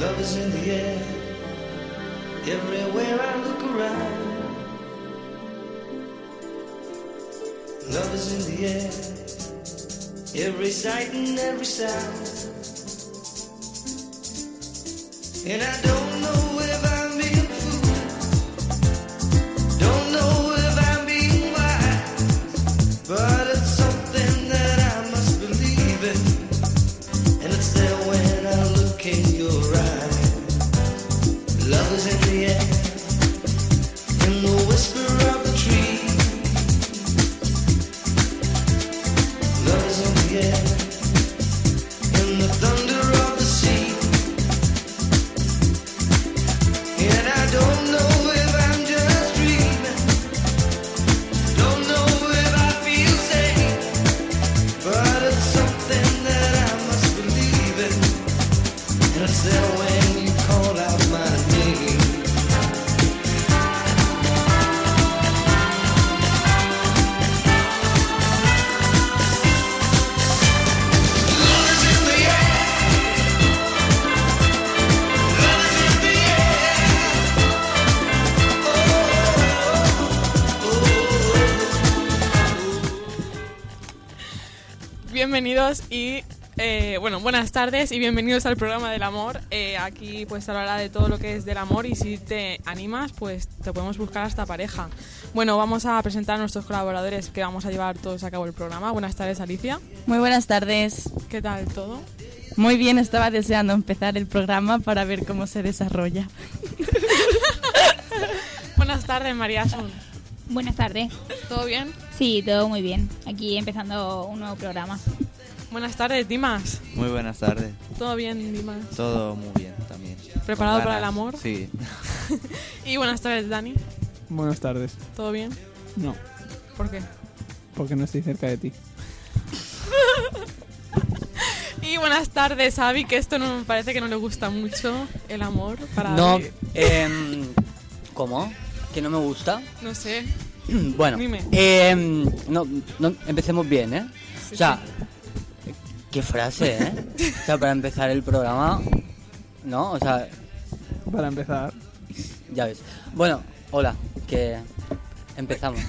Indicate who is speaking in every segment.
Speaker 1: love is in the air. Everywhere I look around, love is in the air. Every sight and every sound. And I don't know if I'm being fooled. Don't know if I'm being wise. But it's something that I must believe in. And it's there when I look in your eyes. Love is in the air. In the whisper of the tree. Love is in the air. In the thunder of the sea. And I don't know if I'm just dreaming. Don't know if I feel safe. But it's something that I must believe in. And it's there when you call out my name. Love is in the air. Love is in the air.
Speaker 2: Bienvenidos y eh, bueno, buenas tardes y bienvenidos al programa del amor. Eh, aquí pues se hablará de todo lo que es del amor y si te animas pues te podemos buscar hasta pareja. Bueno, vamos a presentar a nuestros colaboradores que vamos a llevar todos a cabo el programa. Buenas tardes Alicia,
Speaker 3: Muy buenas tardes.
Speaker 2: ¿qué tal todo?
Speaker 3: Muy bien, estaba deseando empezar el programa para ver cómo se desarrolla.
Speaker 2: Buenas tardes María Sol,
Speaker 4: Buenas tardes.
Speaker 2: ¿todo bien?
Speaker 4: Sí, todo muy bien. Aquí empezando un nuevo programa.
Speaker 2: Buenas tardes Dimas,
Speaker 5: Muy buenas tardes.
Speaker 2: ¿todo bien Dimas?
Speaker 5: Todo muy bien también.
Speaker 2: ¿Preparado
Speaker 5: Con ganas.
Speaker 2: para el amor?
Speaker 5: Sí.
Speaker 2: Y buenas tardes Dani,
Speaker 6: Buenas tardes.
Speaker 2: ¿todo bien?
Speaker 6: No,
Speaker 2: ¿Por qué?
Speaker 6: porque no estoy cerca de ti.
Speaker 2: Y buenas tardes Avi, que esto no, parece que no le gusta mucho el amor para
Speaker 7: No,
Speaker 2: Abby.
Speaker 7: em, ¿cómo? ¿Que no me gusta?
Speaker 2: no sé.
Speaker 7: Bueno,
Speaker 2: Dime.
Speaker 7: em, no, no, empecemos bien, ¿eh?
Speaker 2: Sí,
Speaker 7: o sea, qué frase, ¿eh? o sea, para empezar el programa, ¿no? O sea,
Speaker 6: Para empezar,
Speaker 7: ya ves. Bueno, hola, que empezamos.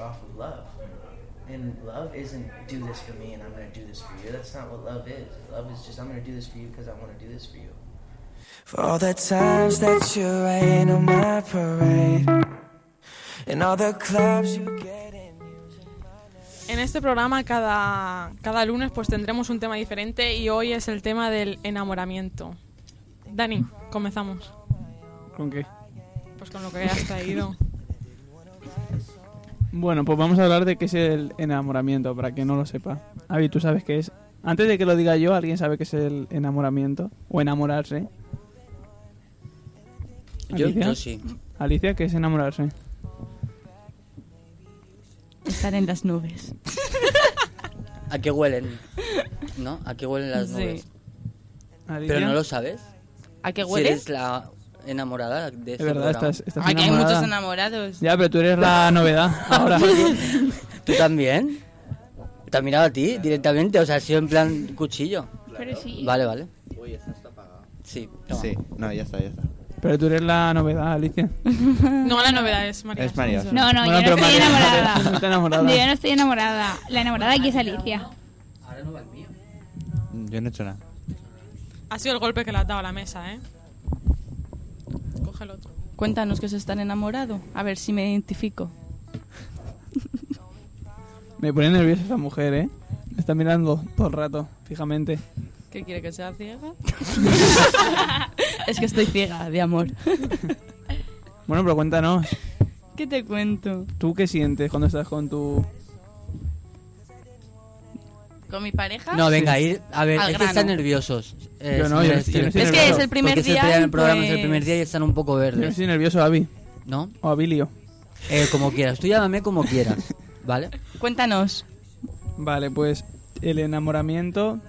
Speaker 8: off of love. And love isn't do this for me and I'm going to do this for you. That's not what love is. Love is just I'm going to do this for you because I want to do this for you.
Speaker 1: For all the times that you rain on my parade, and all the clubs you get in.
Speaker 2: En este programa cada, cada lunes pues tendremos un tema diferente y hoy es el tema del enamoramiento. Dani, comenzamos.
Speaker 6: ¿con qué?
Speaker 2: Pues con lo que has traído.
Speaker 6: Bueno, pues vamos a hablar de qué es el enamoramiento, para quien no lo sepa. Avi, ¿tú sabes qué es? Antes de que lo diga yo, ¿alguien sabe qué es el enamoramiento? ¿O enamorarse?
Speaker 7: Yo,
Speaker 6: ¿Alicia?
Speaker 7: yo sí.
Speaker 6: Alicia, ¿qué es enamorarse?
Speaker 3: Estar en las nubes.
Speaker 7: ¿A qué huelen? ¿No? ¿A qué huelen las
Speaker 3: Sí.
Speaker 7: nubes?
Speaker 6: Alicia,
Speaker 7: ¿Pero no lo sabes?
Speaker 3: ¿A qué
Speaker 7: Si
Speaker 3: hueles?
Speaker 7: eres la enamorada de
Speaker 6: Es
Speaker 7: este
Speaker 6: verdad,
Speaker 7: programa.
Speaker 6: estás, estás
Speaker 3: Ay, que hay
Speaker 6: enamorada.
Speaker 3: muchos enamorados.
Speaker 6: Ya, pero tú eres la novedad ahora.
Speaker 7: ¿Tú también? ¿Te has mirado a ti directamente? O sea, ha sido en plan cuchillo.
Speaker 4: Pero sí.
Speaker 7: Vale, vale.
Speaker 9: Uy, esta está apagada.
Speaker 7: Sí, toma.
Speaker 9: Sí, no, ya está, ya está.
Speaker 6: Pero tú eres la novedad, Alicia.
Speaker 2: No, la novedad es María.
Speaker 9: Es María.
Speaker 4: No, no,
Speaker 6: Bueno,
Speaker 4: yo no
Speaker 6: pero
Speaker 4: estoy
Speaker 6: María,
Speaker 4: enamorada.
Speaker 6: no está enamorada.
Speaker 4: Yo no estoy enamorada. La enamorada aquí es Alicia.
Speaker 9: Yo no he hecho nada.
Speaker 2: Ha sido el golpe que le has dado a la mesa, ¿eh? Coge el otro.
Speaker 3: Cuéntanos que os están enamorado. A ver si me identifico.
Speaker 6: Me pone nerviosa esa mujer, ¿eh? Me está mirando todo el rato, fijamente.
Speaker 3: ¿Qué quiere que sea ciega? es que estoy ciega de amor.
Speaker 6: Bueno, pero cuéntanos,
Speaker 3: ¿Qué te cuento?
Speaker 6: ¿tú qué sientes cuando estás con tu...
Speaker 3: ¿Con mi pareja?
Speaker 7: No, venga, ir. A ver,
Speaker 3: Al
Speaker 7: es que
Speaker 3: grano.
Speaker 7: están nerviosos. eh,
Speaker 6: Yo no, yo no-
Speaker 7: señores,
Speaker 6: yo no estoy
Speaker 7: señores.
Speaker 6: Es que nervioso. es
Speaker 3: el primer
Speaker 7: Porque es el
Speaker 3: día,
Speaker 7: primer programa, es el
Speaker 3: pues-
Speaker 7: primer día y están un poco
Speaker 6: Yo
Speaker 7: verdes.
Speaker 6: estoy nervioso, Avi,
Speaker 7: ¿No?
Speaker 6: o Abilio.
Speaker 7: Eh, como quieras. Tú llámame como quieras. ¿Vale?
Speaker 3: Cuéntanos.
Speaker 6: Vale, pues el enamoramiento...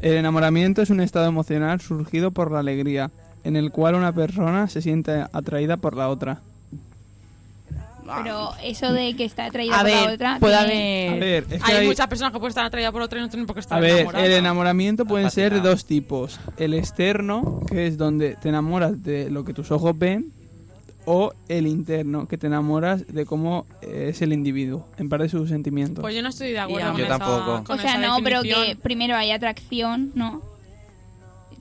Speaker 6: El enamoramiento es un estado emocional surgido por la alegría, en el cual una persona se siente atraída por la otra.
Speaker 4: Pero eso de que está atraída
Speaker 3: A
Speaker 4: por
Speaker 3: ver,
Speaker 4: la otra.
Speaker 3: puede
Speaker 4: tiene-
Speaker 6: A
Speaker 3: haber...
Speaker 6: ver, es que
Speaker 2: Eh, Hay,
Speaker 6: hay-
Speaker 2: muchas personas que pueden estar atraídas por otra y no tienen por qué estar
Speaker 6: A ver,
Speaker 2: enamoradas.
Speaker 6: el enamoramiento pueden ser de
Speaker 9: Apasionado.
Speaker 6: dos tipos. El externo, que es donde te enamoras de lo que tus ojos ven, o el interno, que te enamoras de cómo eh, es el individuo, en parte de sus sentimientos.
Speaker 2: Pues yo no estoy de acuerdo
Speaker 3: Ya.
Speaker 2: con
Speaker 9: Yo
Speaker 2: esa-
Speaker 9: tampoco.
Speaker 2: con
Speaker 4: O sea,
Speaker 2: esa
Speaker 4: no, pero que
Speaker 2: definición.
Speaker 4: primero hay atracción, ¿no?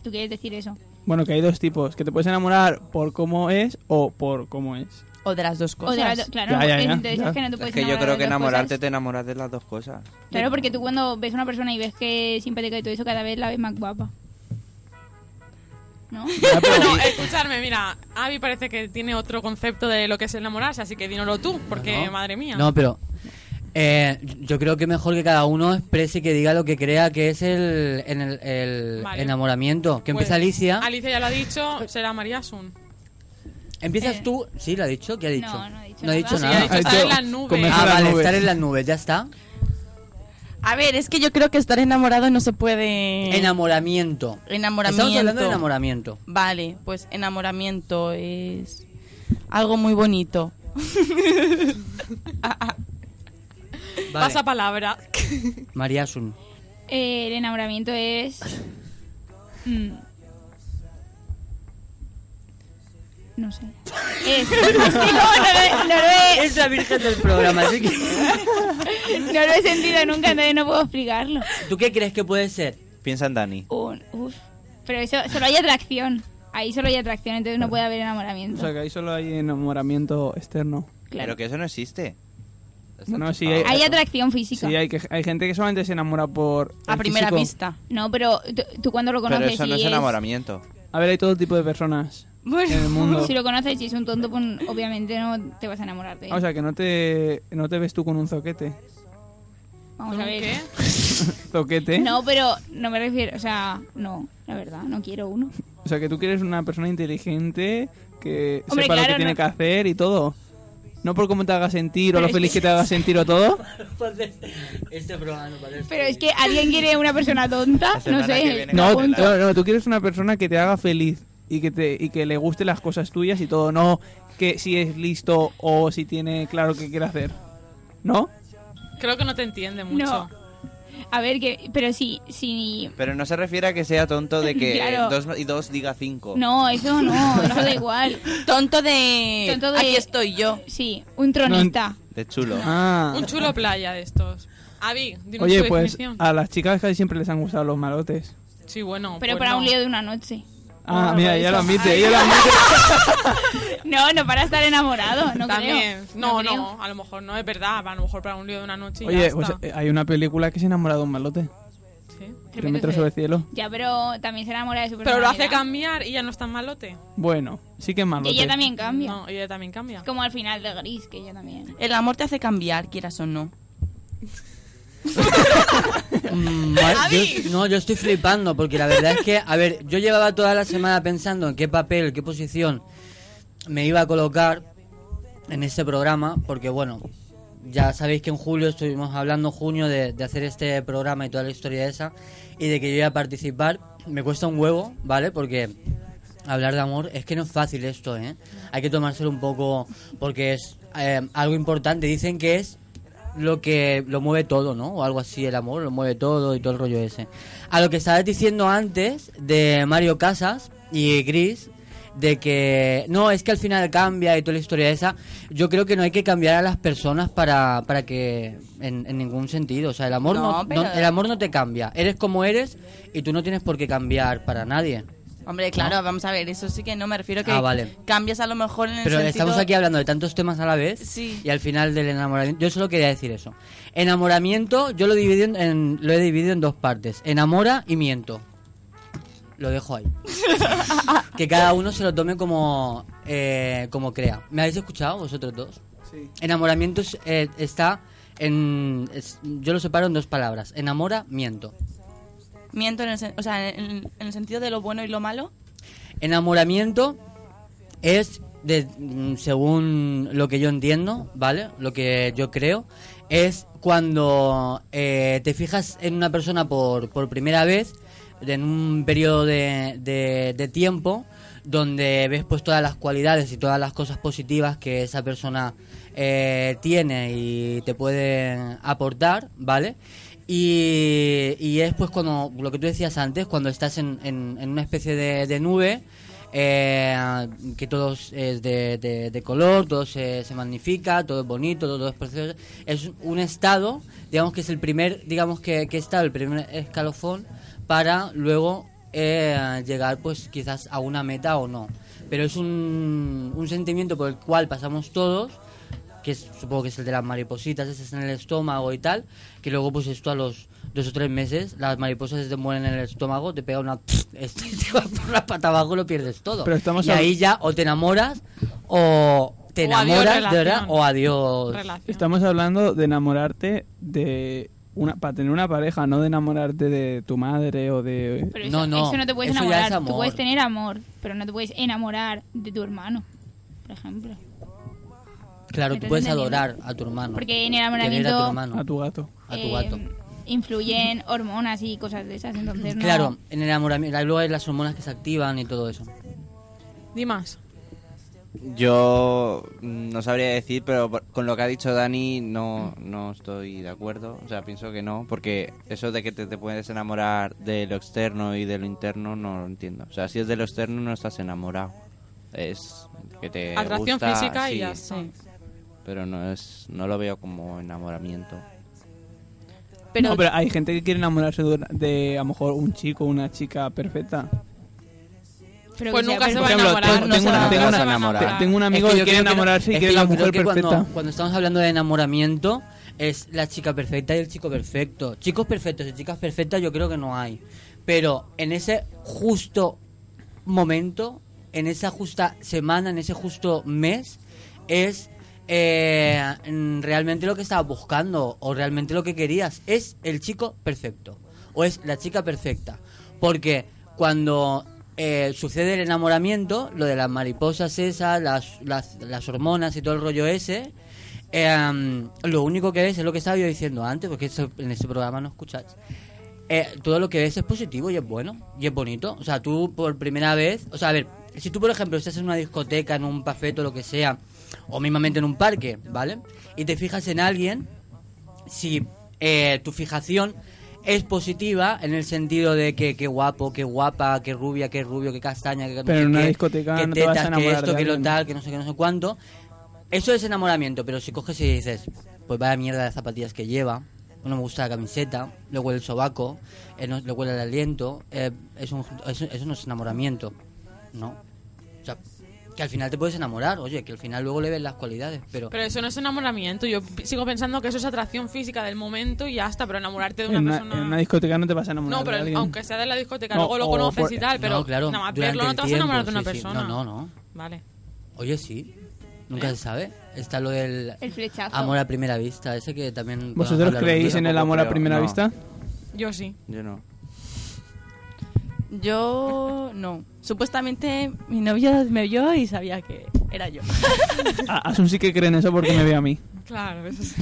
Speaker 4: ¿Tú quieres decir eso?
Speaker 6: Bueno, que hay dos tipos, que te puedes enamorar por cómo es o por cómo es.
Speaker 3: O de las dos
Speaker 4: O
Speaker 3: cosas.
Speaker 4: de la- claro,
Speaker 6: Ya, ya, ya,
Speaker 4: entonces
Speaker 6: ya.
Speaker 4: es que no te puedes
Speaker 9: Es que yo
Speaker 4: enamorar de
Speaker 9: creo
Speaker 4: Pues
Speaker 9: que
Speaker 4: dos
Speaker 9: enamorarte
Speaker 4: cosas.
Speaker 9: te enamoras de las dos cosas.
Speaker 4: Claro, porque tú cuando ves una persona y ves que es simpática y todo eso, cada vez la ves más guapa. ¿No?
Speaker 2: Bueno, escucharme, mira, Avi parece que tiene otro concepto de lo que es enamorarse, así que dínolo tú, porque
Speaker 7: No.
Speaker 2: madre mía.
Speaker 7: No, pero. eh, yo creo que mejor que cada uno exprese y que diga lo que crea que es el, en el, el
Speaker 2: Vale.
Speaker 7: enamoramiento. Que
Speaker 2: Pues,
Speaker 7: empieza Alicia.
Speaker 2: Alicia ya lo ha dicho, será María Sun.
Speaker 7: ¿Empiezas
Speaker 4: Eh.
Speaker 7: tú? Sí, lo ha dicho. ¿Qué ha dicho?
Speaker 4: No, no he dicho
Speaker 7: No ha
Speaker 4: nada.
Speaker 7: dicho
Speaker 4: Sí,
Speaker 7: nada.
Speaker 2: ha dicho estar en las nubes.
Speaker 6: comerse
Speaker 7: Ah,
Speaker 6: las
Speaker 7: vale,
Speaker 6: nubes.
Speaker 7: estar en las nubes, ya está.
Speaker 3: A ver, es que yo creo que estar enamorado no se puede...
Speaker 7: Enamoramiento.
Speaker 3: enamoramiento.
Speaker 7: Estamos hablando de enamoramiento.
Speaker 3: Vale, pues enamoramiento es algo muy bonito.
Speaker 7: Vale.
Speaker 2: Pasa palabra.
Speaker 7: María Sun.
Speaker 4: Eh, el enamoramiento es. mm, no sé. Es, es que no, no, lo he- no lo he-
Speaker 7: Es la virgen del programa, así que...
Speaker 4: no lo he sentido nunca, entonces no puedo explicarlo.
Speaker 7: ¿Tú qué crees que puede ser?
Speaker 9: Piensa en Dani.
Speaker 4: Un- uf. Pero eso solo hay atracción. Ahí solo hay atracción, entonces no puede haber
Speaker 6: O sea,
Speaker 4: enamoramiento.
Speaker 6: que ahí solo hay enamoramiento externo.
Speaker 9: Pero
Speaker 4: Claro.
Speaker 9: que eso no existe.
Speaker 6: No, sí,
Speaker 9: chupado.
Speaker 6: hay,
Speaker 4: Hay atracción física.
Speaker 6: sí, hay, que, hay gente que solamente se enamora por...
Speaker 3: A
Speaker 6: el
Speaker 3: primera
Speaker 6: físico.
Speaker 3: vista.
Speaker 4: No, pero tú, tú cuando lo
Speaker 9: Pero
Speaker 4: conoces
Speaker 9: eso
Speaker 4: y
Speaker 9: no es
Speaker 4: es-
Speaker 9: enamoramiento.
Speaker 6: A ver, hay todo tipo de personas
Speaker 3: Bueno.
Speaker 6: en el mundo.
Speaker 4: Si lo conoces y es un tonto, pues obviamente no te vas a enamorar de él.
Speaker 6: Ah, O sea, que no te, no te ves tú con un zoquete.
Speaker 4: Vamos a ver.
Speaker 2: ¿Qué?
Speaker 6: ¿Zoquete?
Speaker 4: No, pero no me refiero, o sea, no, la verdad, no quiero uno.
Speaker 6: O sea, que tú quieres una persona inteligente que
Speaker 4: Hombre,
Speaker 6: sepa lo que
Speaker 4: claro,
Speaker 6: tiene
Speaker 4: no.
Speaker 6: que hacer y todo. No por cómo te haga sentir o
Speaker 4: Pero
Speaker 6: lo
Speaker 4: es
Speaker 6: feliz
Speaker 4: que-
Speaker 6: que te haga sentir o todo.
Speaker 7: Este programa no parece...
Speaker 4: Pero es que alguien quiere una persona tonta,
Speaker 9: La
Speaker 4: no
Speaker 9: semana que
Speaker 4: sé.
Speaker 9: viene
Speaker 6: No,
Speaker 9: Apunta.
Speaker 6: no, no, tú quieres una persona que te haga feliz y que, te, y que le guste las cosas tuyas y todo. No que si es listo o si tiene claro qué quiere hacer. ¿No?
Speaker 2: Creo que no te entiende mucho.
Speaker 4: A ver, que, pero sí, sí.
Speaker 9: Pero no se refiere a que sea tonto de que
Speaker 4: Claro.
Speaker 9: dos y dos diga cinco.
Speaker 4: No, eso no, eso da igual.
Speaker 3: Tonto de...
Speaker 4: Tonto de-
Speaker 3: Aquí estoy yo.
Speaker 4: Sí, un tronista.
Speaker 9: De chulo.
Speaker 6: Ah.
Speaker 2: Un chulo playa de estos. Avi, dinos
Speaker 6: Oye,
Speaker 2: tu
Speaker 6: pues
Speaker 2: definición.
Speaker 6: a las chicas casi siempre les han gustado los malotes.
Speaker 2: Sí, bueno.
Speaker 4: Pero
Speaker 2: pues
Speaker 4: para
Speaker 2: no.
Speaker 4: un lío de una noche.
Speaker 6: Ah,
Speaker 3: Ah,
Speaker 6: mira,
Speaker 3: pues
Speaker 6: ella lo
Speaker 3: eso.
Speaker 6: admite, ella lo admite.
Speaker 4: No, no para estar enamorado, no
Speaker 2: También.
Speaker 4: creo.
Speaker 2: No, no,
Speaker 4: creo.
Speaker 2: a lo mejor no es verdad. A lo mejor para un lío de una noche. y ya
Speaker 6: Oye,
Speaker 2: está.
Speaker 6: pues eh, hay una película que se enamora de un malote.
Speaker 2: Sí.
Speaker 6: Tres metros
Speaker 4: Tremendo
Speaker 6: sobre
Speaker 4: ser.
Speaker 6: el cielo.
Speaker 4: Ya, pero también se enamora de su
Speaker 2: Pero lo hace
Speaker 4: personalidad.
Speaker 2: cambiar y ya no es tan malote.
Speaker 6: Bueno, sí que es
Speaker 4: Y
Speaker 6: malote.
Speaker 4: ella también cambia.
Speaker 2: No, y ella también cambia.
Speaker 4: Es como al final de Gris, que ella también.
Speaker 3: El amor te hace cambiar, quieras o no.
Speaker 7: Mm, vale, yo- no, yo estoy flipando porque la verdad es que, a ver, yo llevaba toda la semana pensando en qué papel, qué posición me iba a colocar en este programa, porque bueno, ya sabéis que en julio estuvimos hablando, junio, de, de hacer este programa y toda la historia esa, y de que yo iba a participar. Me cuesta un huevo, ¿vale? Porque hablar de amor es que no es fácil esto, ¿eh? Hay que tomárselo un poco porque es eh, algo importante. Dicen que es lo que lo mueve todo, ¿no? O algo así, el amor lo mueve todo y todo el rollo ese. A lo que estabas diciendo antes de Mario Casas y Gris, de que no, es que al final cambia y toda la historia esa, yo creo que no hay que cambiar a las personas para, para que, en, en ningún sentido, o sea, el amor no,
Speaker 3: No, pero-
Speaker 7: no- el amor no te cambia, eres como eres y tú no tienes por qué cambiar para nadie.
Speaker 3: Hombre, claro, vamos a ver, eso sí que no me refiero que
Speaker 7: Ah, vale.
Speaker 3: cambias a lo mejor en el
Speaker 7: Pero
Speaker 3: sentido-
Speaker 7: estamos aquí hablando de tantos temas a la vez
Speaker 3: Sí.
Speaker 7: y al final del enamoramiento. Yo solo quería decir eso. Enamoramiento, yo lo divido en, en- lo he dividido en dos partes. Enamora y miento. Lo dejo ahí. que cada uno se lo tome como eh, como crea. ¿Me habéis escuchado vosotros dos?
Speaker 6: Sí.
Speaker 7: Enamoramiento es, eh, está en es- yo lo separo en dos palabras. Enamora, miento.
Speaker 3: Miento en el, sen- o sea, en, en el sentido de lo bueno y lo malo.
Speaker 7: Enamoramiento es, de, mm, según lo que yo entiendo, ¿vale? Lo que yo creo, es cuando eh, te fijas en una persona por, por primera vez, en un periodo de, de- de tiempo, donde ves pues todas las cualidades y todas las cosas positivas que esa persona eh, tiene y te puede aportar, ¿vale? Y, y es pues cuando, lo que tú decías antes, cuando estás en, en- en una especie de, de nube, eh, que todo es de, de- de color, todo se, se magnifica, todo es bonito, todo, todo es precioso. Es un estado, digamos que es el primer, digamos que, que está el primer escalofón para luego eh, llegar pues quizás a una meta o no. Pero es un, un sentimiento por el cual pasamos todos que es- supongo que es el de las maripositas, ese es en el estómago y tal, que luego pues esto a los dos o tres meses, las mariposas se te mueren en el estómago, te pega una... esta y te va por la pata abajo y lo pierdes todo.
Speaker 6: Pero estamos
Speaker 7: y
Speaker 6: hab-
Speaker 7: ahí ya o te enamoras o te
Speaker 2: O adiós
Speaker 7: enamoras de verdad
Speaker 2: relación.
Speaker 7: o adiós.
Speaker 2: Relación.
Speaker 6: Estamos hablando de enamorarte de una para tener una pareja, no de enamorarte de tu madre o de
Speaker 4: Pero
Speaker 7: No,
Speaker 4: eso,
Speaker 7: no,
Speaker 4: eso no te puedes
Speaker 7: eso ya
Speaker 4: enamorar.
Speaker 7: es amor.
Speaker 4: Tú puedes tener amor, pero no te puedes enamorar de tu hermano, por ejemplo.
Speaker 7: Claro, tú
Speaker 4: Estás
Speaker 7: puedes
Speaker 4: entendiendo.
Speaker 7: adorar a tu hermano.
Speaker 4: Porque en
Speaker 7: querer a tu
Speaker 4: enamoramiento-
Speaker 7: hermano,
Speaker 6: a tu gato.
Speaker 7: a tu
Speaker 4: Eh,
Speaker 7: gato.
Speaker 4: Influyen hormonas y cosas de esas, entonces no-
Speaker 7: Claro, en el enamoramiento, luego hay las hormonas que se activan y todo eso.
Speaker 2: Dimas.
Speaker 9: Yo mm, no sabría decir, pero por- con lo que ha dicho Dani no, no estoy de acuerdo. O sea, pienso que no, porque eso de que te, te puedes enamorar de lo externo y de lo interno no lo entiendo. O sea, si es de lo externo no estás enamorado. Es que te
Speaker 2: Atracción
Speaker 9: gusta,
Speaker 2: física y
Speaker 9: sí,
Speaker 2: ya está.
Speaker 9: Pero no es no lo veo como enamoramiento.
Speaker 3: Pero,
Speaker 6: No, pero hay gente que quiere enamorarse de, de, a lo mejor un chico o una chica perfecta.
Speaker 4: Pero
Speaker 2: Pues
Speaker 4: que sea
Speaker 2: nunca se
Speaker 4: perfecto.
Speaker 2: va a
Speaker 6: ejemplo,
Speaker 2: enamorar.
Speaker 6: tengo-
Speaker 2: no
Speaker 6: tengo
Speaker 2: se
Speaker 6: una-
Speaker 2: va-
Speaker 6: tengo
Speaker 2: no
Speaker 6: una-
Speaker 2: se va a
Speaker 9: enamora.
Speaker 2: enamorar.
Speaker 6: Te- tengo un amigo
Speaker 7: Es que
Speaker 6: que
Speaker 7: yo
Speaker 6: quiere
Speaker 7: creo que-
Speaker 6: enamorarse y
Speaker 7: es que
Speaker 6: quiere
Speaker 7: yo
Speaker 6: la
Speaker 7: creo
Speaker 6: mujer
Speaker 7: que cuando-
Speaker 6: perfecta.
Speaker 7: Cuando, estamos hablando de enamoramiento, es la chica perfecta y el chico perfecto. Chicos perfectos y chicas perfectas yo creo que no hay. Pero en ese justo momento, en esa justa semana, en ese justo mes, es eh, mm, realmente lo que estabas buscando o realmente lo que querías. Es el chico perfecto o es la chica perfecta. Porque cuando eh, sucede el enamoramiento, lo de las mariposas esas, las, las, las hormonas y todo el rollo ese, em, lo único que ves es lo que estaba yo diciendo antes, porque eso en este programa no escucháis. Eh, todo lo que ves es positivo y es bueno y es bonito. O sea, tú por primera vez, o sea, a ver, si tú por ejemplo estás en una discoteca, en un pafeto, lo que sea, o mismamente en un parque, ¿vale? Y te fijas en alguien, si eh, tu fijación es positiva en el sentido de que qué guapo, qué guapa, qué rubia, qué rubio, qué castaña, que no
Speaker 6: Pero
Speaker 7: sé
Speaker 6: en una
Speaker 7: qué,
Speaker 6: discoteca
Speaker 7: qué
Speaker 6: no te vas a
Speaker 7: tetas, que
Speaker 6: enamorar
Speaker 7: esto,
Speaker 6: de
Speaker 7: que lo
Speaker 6: alguien.
Speaker 7: tal, que no sé qué, no sé cuánto. Eso es enamoramiento, pero si coges y dices, pues vaya mierda las zapatillas que lleva, pues no me gusta la camiseta, le huele el sobaco, eh, no- le huele el aliento, eh, es un- eso, eso no es enamoramiento, ¿no? O sea, que al final te puedes enamorar, oye, que al final luego le ves las cualidades, pero...
Speaker 2: Pero eso no es enamoramiento. Yo p- sigo pensando que eso es atracción física del momento y ya está. Pero enamorarte de una
Speaker 6: en, una,
Speaker 2: persona.
Speaker 6: en una discoteca no te vas a enamorar
Speaker 2: no,
Speaker 6: de
Speaker 2: pero
Speaker 6: alguien.
Speaker 2: aunque sea de la discoteca,
Speaker 6: No,
Speaker 2: luego lo
Speaker 6: o
Speaker 2: conoces
Speaker 6: por-
Speaker 2: y tal. Pero
Speaker 7: no, claro,
Speaker 2: nada más
Speaker 7: durante
Speaker 2: verlo no
Speaker 7: el
Speaker 2: te vas a enamorar de
Speaker 7: tiempo,
Speaker 2: una
Speaker 7: sí, sí.
Speaker 2: persona. ¿Eh?
Speaker 7: No, no, no.
Speaker 2: Vale.
Speaker 7: Oye, sí. Nunca se sabe. Está lo del
Speaker 4: El flechazo.
Speaker 7: amor a primera vista, ese que también... podemos
Speaker 6: ¿Vosotros
Speaker 7: hablar
Speaker 6: creéis
Speaker 7: otro
Speaker 6: en
Speaker 7: día.
Speaker 6: el amor a
Speaker 9: creo,
Speaker 6: primera
Speaker 9: no.
Speaker 6: vista?
Speaker 2: Yo sí.
Speaker 9: Yo no.
Speaker 3: yo no. Supuestamente mi novia me vio y sabía que era yo.
Speaker 6: A- Asun sí que cree en eso porque me ve a mí.
Speaker 2: Claro, eso sí.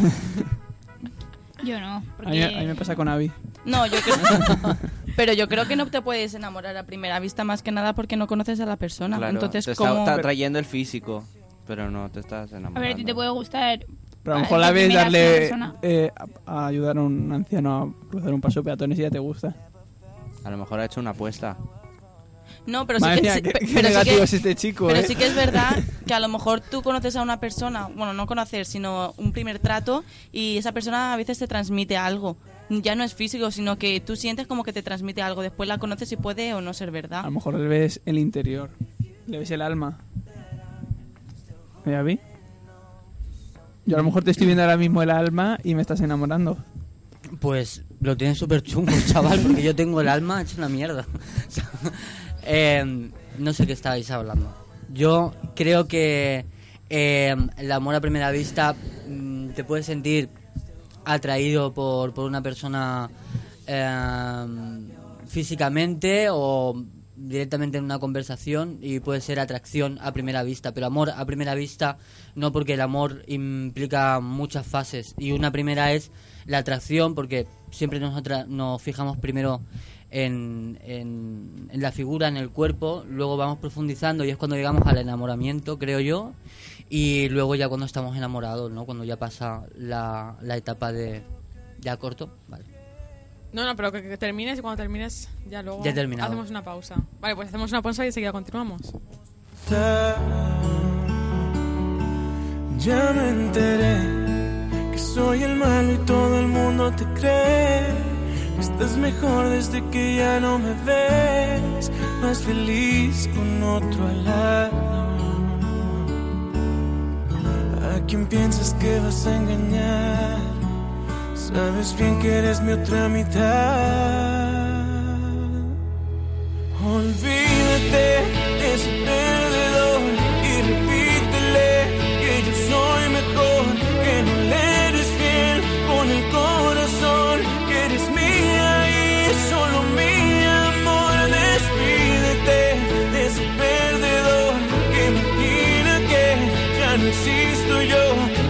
Speaker 4: Yo no.
Speaker 6: A mí,
Speaker 4: Porque...
Speaker 6: a mí me pasa con Avi.
Speaker 3: No, yo creo. pero yo creo que no te puedes enamorar a primera vista más que nada porque no conoces a la persona.
Speaker 9: Claro,
Speaker 3: Entonces,
Speaker 9: te está,
Speaker 3: ¿cómo?
Speaker 9: está atrayendo el físico, pero no te estás
Speaker 4: A
Speaker 9: enamorando.
Speaker 4: ver, a ti te puede gustar
Speaker 6: Pero a
Speaker 4: Vale,
Speaker 6: lo mejor la
Speaker 4: de
Speaker 6: ves
Speaker 4: primeras una
Speaker 6: darle
Speaker 4: persona.
Speaker 6: eh, a, a ayudar a un anciano a cruzar un paso de peatones y ya te gusta.
Speaker 9: A lo mejor ha hecho una apuesta.
Speaker 3: No, pero
Speaker 6: Madre
Speaker 3: sí que,
Speaker 6: mía,
Speaker 3: sí-
Speaker 6: qué,
Speaker 3: pe-
Speaker 6: qué
Speaker 3: pero sí que-
Speaker 6: negativo es este chico,
Speaker 3: Pero
Speaker 6: eh.
Speaker 3: sí que es verdad que a lo mejor tú conoces a una persona, bueno, no conocer, sino un primer trato, y esa persona a veces te transmite algo. Ya no es físico, sino que tú sientes como que te transmite algo. Después la conoces y puede o no ser
Speaker 6: A
Speaker 3: verdad.
Speaker 6: lo mejor le ves el interior, le ves el alma. ¿Ya vi? Yo a lo mejor te estoy viendo ahora mismo el alma y me estás enamorando.
Speaker 7: Pues lo tienes súper chungo, chaval, porque yo tengo el alma hecha una mierda. O sea, eh, no sé qué estabais hablando. Yo creo que eh, el amor a primera vista mm, te puedes sentir atraído por, por una persona eh, físicamente o directamente en una conversación y puede ser atracción a primera vista, pero amor a primera vista no porque el amor implica muchas fases y una primera es la atracción porque siempre nos, atra- nos fijamos primero en, en- en la figura, en el cuerpo, luego vamos profundizando y es cuando llegamos al enamoramiento, creo yo, y luego ya cuando estamos enamorados, ¿no? Cuando ya pasa la, la etapa de... ¿Ya corto? Vale.
Speaker 2: No, no, pero que, que termines y cuando termines ya luego
Speaker 7: Ya he terminado.
Speaker 2: hacemos una pausa. Vale, pues hacemos una pausa y enseguida continuamos.
Speaker 10: Ya me enteré que soy el malo y todo el mundo te cree. Estás mejor desde que ya no me ves, más feliz con otro al lado. ¿A quién piensas que vas a engañar? Sabes bien que eres mi otra mitad. Olvídate de ese perdedor y repítele que yo soy mejor, que no le eres fiel con el corazón, que eres mía y solo mi amor. Despídete de ese perdedor que imagina que ya no existo yo.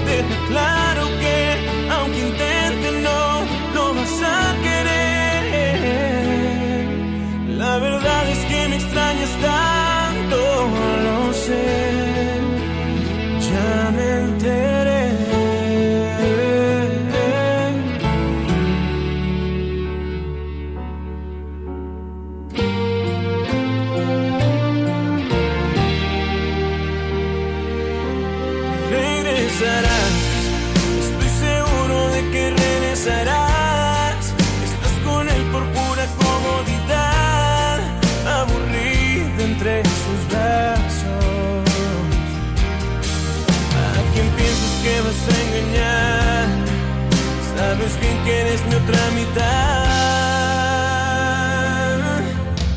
Speaker 10: Deja claro que aunque intente no, no vas a querer. La verdad es que me extrañas tanto, lo sé. Ya me enteré. Regresarás. Estoy seguro de que regresarás. Estás con él por pura comodidad, aburrida entre sus brazos. ¿A quién piensas que vas a engañar? Sabes bien que eres mi otra mitad.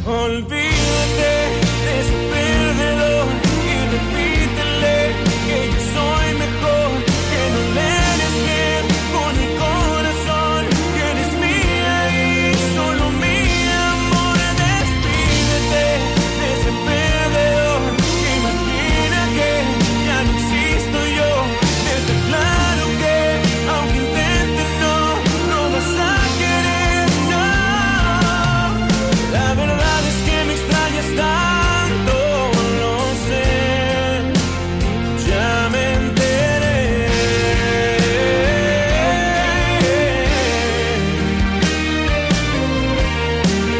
Speaker 10: Olvídate de ese perdedor y repítele que yo soy mejor, que no le eres bien con el corazón, que eres mía y solo mi amor. Despídete de ese perdedor, imagina que ya no existo yo. Desde claro que aunque intente no, no vas a querer, no. La verdad es que me extrañas tanto, no sé, ya me enteré.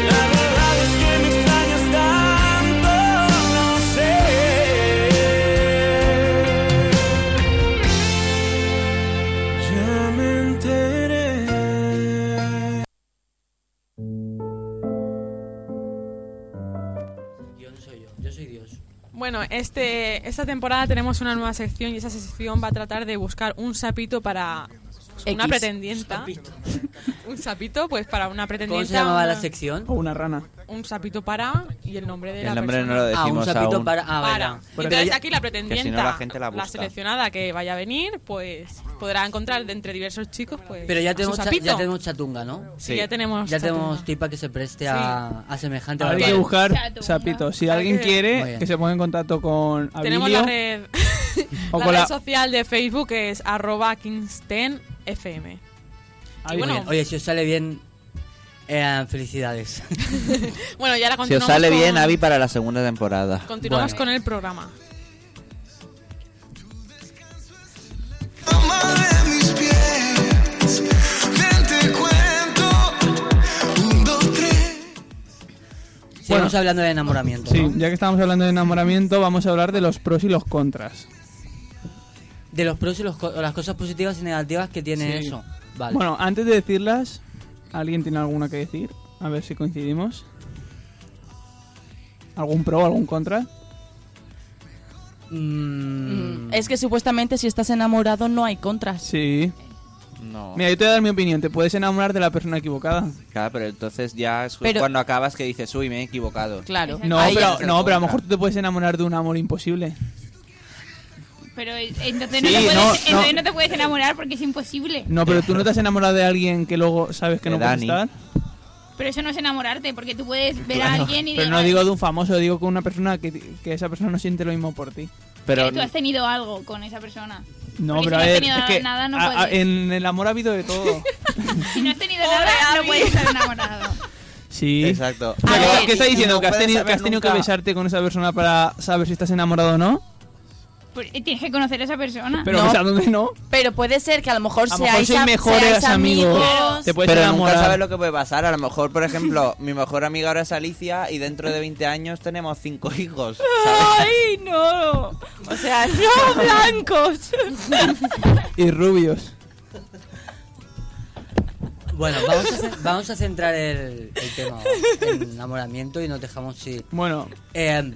Speaker 10: La verdad es que me extrañas tanto, no sé. Ya me enteré.
Speaker 7: Yo no soy yo, yo soy Dios.
Speaker 2: Bueno, este, esta temporada tenemos una nueva sección y esa sección va a tratar de buscar un sapito para una
Speaker 3: X.
Speaker 2: pretendienta. Un sapito, pues para una pretendienta.
Speaker 7: ¿Cómo se llamaba
Speaker 2: una-
Speaker 7: la sección?
Speaker 6: O una rana.
Speaker 2: Un sapito para y el nombre de la
Speaker 9: el nombre
Speaker 2: persona.
Speaker 9: no lo
Speaker 7: Ah, un
Speaker 9: decimos
Speaker 7: sapito
Speaker 9: aún.
Speaker 7: para... Ah,
Speaker 2: para.
Speaker 7: vale.
Speaker 2: Entonces
Speaker 9: ya-
Speaker 2: aquí la pretendienta,
Speaker 9: que si no, la gente la busca.
Speaker 2: seleccionada que vaya a venir, pues podrá encontrar de entre diversos chicos, pues.
Speaker 7: Pero ya
Speaker 2: a su
Speaker 7: tenemos, cha-
Speaker 2: sapito.
Speaker 7: ya tenemos chatunga, ¿no?
Speaker 2: Sí, ya tenemos.
Speaker 7: Ya tenemos
Speaker 2: chatunga.
Speaker 7: tipa que se preste a, a semejante
Speaker 6: Hay que
Speaker 7: barbarie.
Speaker 6: buscar
Speaker 4: Chatunga.
Speaker 6: sapito. Si
Speaker 2: Hay
Speaker 6: alguien
Speaker 2: que-
Speaker 7: Muy bien.
Speaker 6: quiere, que se ponga en contacto con
Speaker 2: Tenemos la
Speaker 6: Abilio.
Speaker 2: red,
Speaker 6: O
Speaker 2: la
Speaker 6: con
Speaker 2: red
Speaker 6: la-
Speaker 2: social de Facebook que es arroba kingstenfm.
Speaker 7: Muy
Speaker 2: bueno.
Speaker 7: bien. Oye, si os sale bien, eh, felicidades.
Speaker 2: Bueno, ya la
Speaker 9: Si os
Speaker 2: continuamos.
Speaker 9: sale bien,
Speaker 2: con-
Speaker 9: Avi para la segunda temporada.
Speaker 2: Continuamos
Speaker 7: Bueno.
Speaker 2: con el programa.
Speaker 10: Amar
Speaker 7: hablando de enamoramiento.
Speaker 6: Sí,
Speaker 7: ¿no?
Speaker 6: ya que estamos hablando de enamoramiento, vamos a hablar de los pros y los contras.
Speaker 7: De los pros y los co- las cosas positivas y negativas que tiene
Speaker 6: Sí.
Speaker 7: eso. Vale.
Speaker 6: Bueno, antes de decirlas, ¿alguien tiene alguna que decir? A ver si coincidimos. ¿Algún pro o algún contra?
Speaker 7: Mm,
Speaker 3: Es que supuestamente si estás enamorado no hay contras.
Speaker 6: Sí.
Speaker 9: No.
Speaker 6: Mira, yo te voy a dar mi opinión. Te puedes enamorar de la persona equivocada.
Speaker 9: Claro, pero entonces ya es
Speaker 3: Pero-
Speaker 9: cuando acabas que dices, uy, me he equivocado.
Speaker 3: Claro.
Speaker 6: No,
Speaker 9: Ahí ya
Speaker 6: pero,
Speaker 9: es el
Speaker 6: no pero a lo
Speaker 9: contra.
Speaker 6: mejor tú te puedes enamorar de un amor imposible.
Speaker 4: Pero eh, entonces, no,
Speaker 6: Sí,
Speaker 4: te puedes,
Speaker 6: no,
Speaker 4: entonces
Speaker 6: no.
Speaker 4: no te puedes enamorar porque es imposible.
Speaker 6: No, pero tú no te has enamorado de alguien que luego sabes que
Speaker 9: De
Speaker 6: no puedes
Speaker 9: Dani.
Speaker 6: estar.
Speaker 4: Pero eso no es enamorarte, porque tú puedes ver a alguien y
Speaker 6: Pero no digo de un famoso, digo con una persona que, que esa persona no siente lo mismo por ti.
Speaker 9: Pero
Speaker 4: tú has tenido algo con esa persona.
Speaker 6: No,
Speaker 4: Porque si
Speaker 6: pero
Speaker 4: no
Speaker 6: a
Speaker 4: has
Speaker 6: ver,
Speaker 4: tenido
Speaker 6: es que
Speaker 4: nada, no
Speaker 6: a- a-
Speaker 4: puedes.
Speaker 6: en el amor ha habido de todo.
Speaker 4: Si no has tenido nada, no puedes estar enamorado.
Speaker 6: sí.
Speaker 9: Exacto.
Speaker 6: O sea,
Speaker 3: A
Speaker 6: ¿qué-
Speaker 3: ver,
Speaker 6: ¿Qué estás
Speaker 9: y- y
Speaker 6: diciendo?
Speaker 9: no
Speaker 6: ¿Que has
Speaker 9: puedes
Speaker 6: tenido, que,
Speaker 9: saber
Speaker 6: has tenido que
Speaker 9: nunca-
Speaker 6: besarte con esa persona para saber si estás enamorado o no?
Speaker 4: Pero, eh, Tienes que conocer a esa persona.
Speaker 6: Pero
Speaker 3: No.
Speaker 6: besándote no.
Speaker 3: Pero puede ser que a lo mejor
Speaker 6: A lo mejor
Speaker 3: seáis,
Speaker 6: sois
Speaker 3: am-
Speaker 6: mejores
Speaker 3: seáis
Speaker 6: amigos. Te puedes
Speaker 9: pero
Speaker 6: enamorar.
Speaker 9: nunca sabes lo que puede pasar. A lo mejor, por ejemplo, mi mejor amiga ahora es Alicia y dentro de 20 años tenemos cinco hijos. ¿sabes?
Speaker 3: ¡Ay, no! O sea, no blancos.
Speaker 6: Y rubios.
Speaker 7: Bueno, vamos a, ce- vamos a centrar el, el tema en enamoramiento y nos dejamos ir.
Speaker 6: Bueno,
Speaker 7: Eh,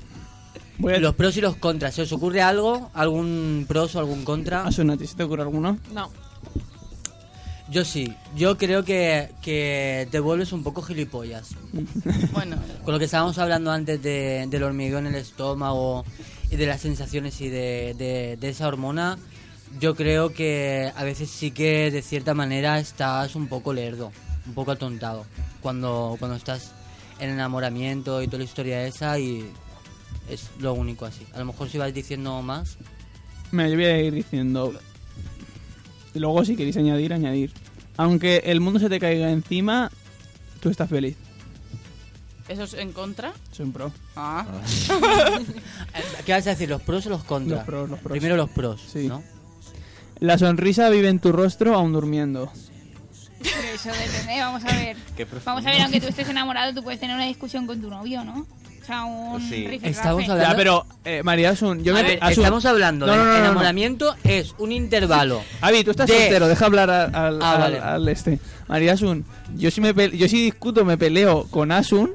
Speaker 6: voy a...
Speaker 7: los pros y los contras. ¿Se os ocurre algo? ¿Algún pros o algún contra?
Speaker 6: Asunati, ¿se te ocurre alguno?
Speaker 2: No.
Speaker 7: Yo sí. Yo creo que, que te vuelves un poco gilipollas.
Speaker 3: Bueno,
Speaker 7: Con lo que estábamos hablando antes de, del hormigueo en el estómago y de las sensaciones y de, de- de esa hormona, yo creo que a veces sí que de cierta manera estás un poco lerdo, un poco atontado, cuando, cuando estás en enamoramiento y toda la historia esa y es lo único así. A lo mejor si vas diciendo más,
Speaker 6: Mira, yo voy a ir diciendo. Y Luego, si queréis añadir, añadir. Aunque el mundo se te caiga encima, tú estás feliz.
Speaker 3: ¿eso es en contra?
Speaker 6: Soy un pro.
Speaker 3: Ah.
Speaker 7: ¿qué vas a decir? ¿Los pros o los contras?
Speaker 6: Los pros, los pros.
Speaker 7: Primero los pros,
Speaker 6: Sí.
Speaker 7: ¿no?
Speaker 6: La sonrisa vive en tu rostro aún durmiendo.
Speaker 4: Pero eso depende, vamos a ver.
Speaker 9: Qué
Speaker 4: Vamos a ver, aunque tú estés enamorado, tú puedes tener una discusión con tu novio, ¿no? O sea, un
Speaker 9: Sí.
Speaker 4: rifirrafe.
Speaker 7: Estamos hablando-
Speaker 6: Ya, pero, eh, María Asun, yo
Speaker 7: A
Speaker 6: me.
Speaker 7: ver,
Speaker 6: Asun.
Speaker 7: estamos hablando
Speaker 6: No,
Speaker 7: de
Speaker 6: no, no, no, no.
Speaker 7: enamoramiento es un intervalo.
Speaker 6: Avi, tú estás
Speaker 7: de-
Speaker 6: soltero, deja hablar a- al,
Speaker 7: Ah,
Speaker 6: al-
Speaker 7: vale.
Speaker 6: al este. María Asun, yo si, me pe- yo si discuto, me peleo con Asun,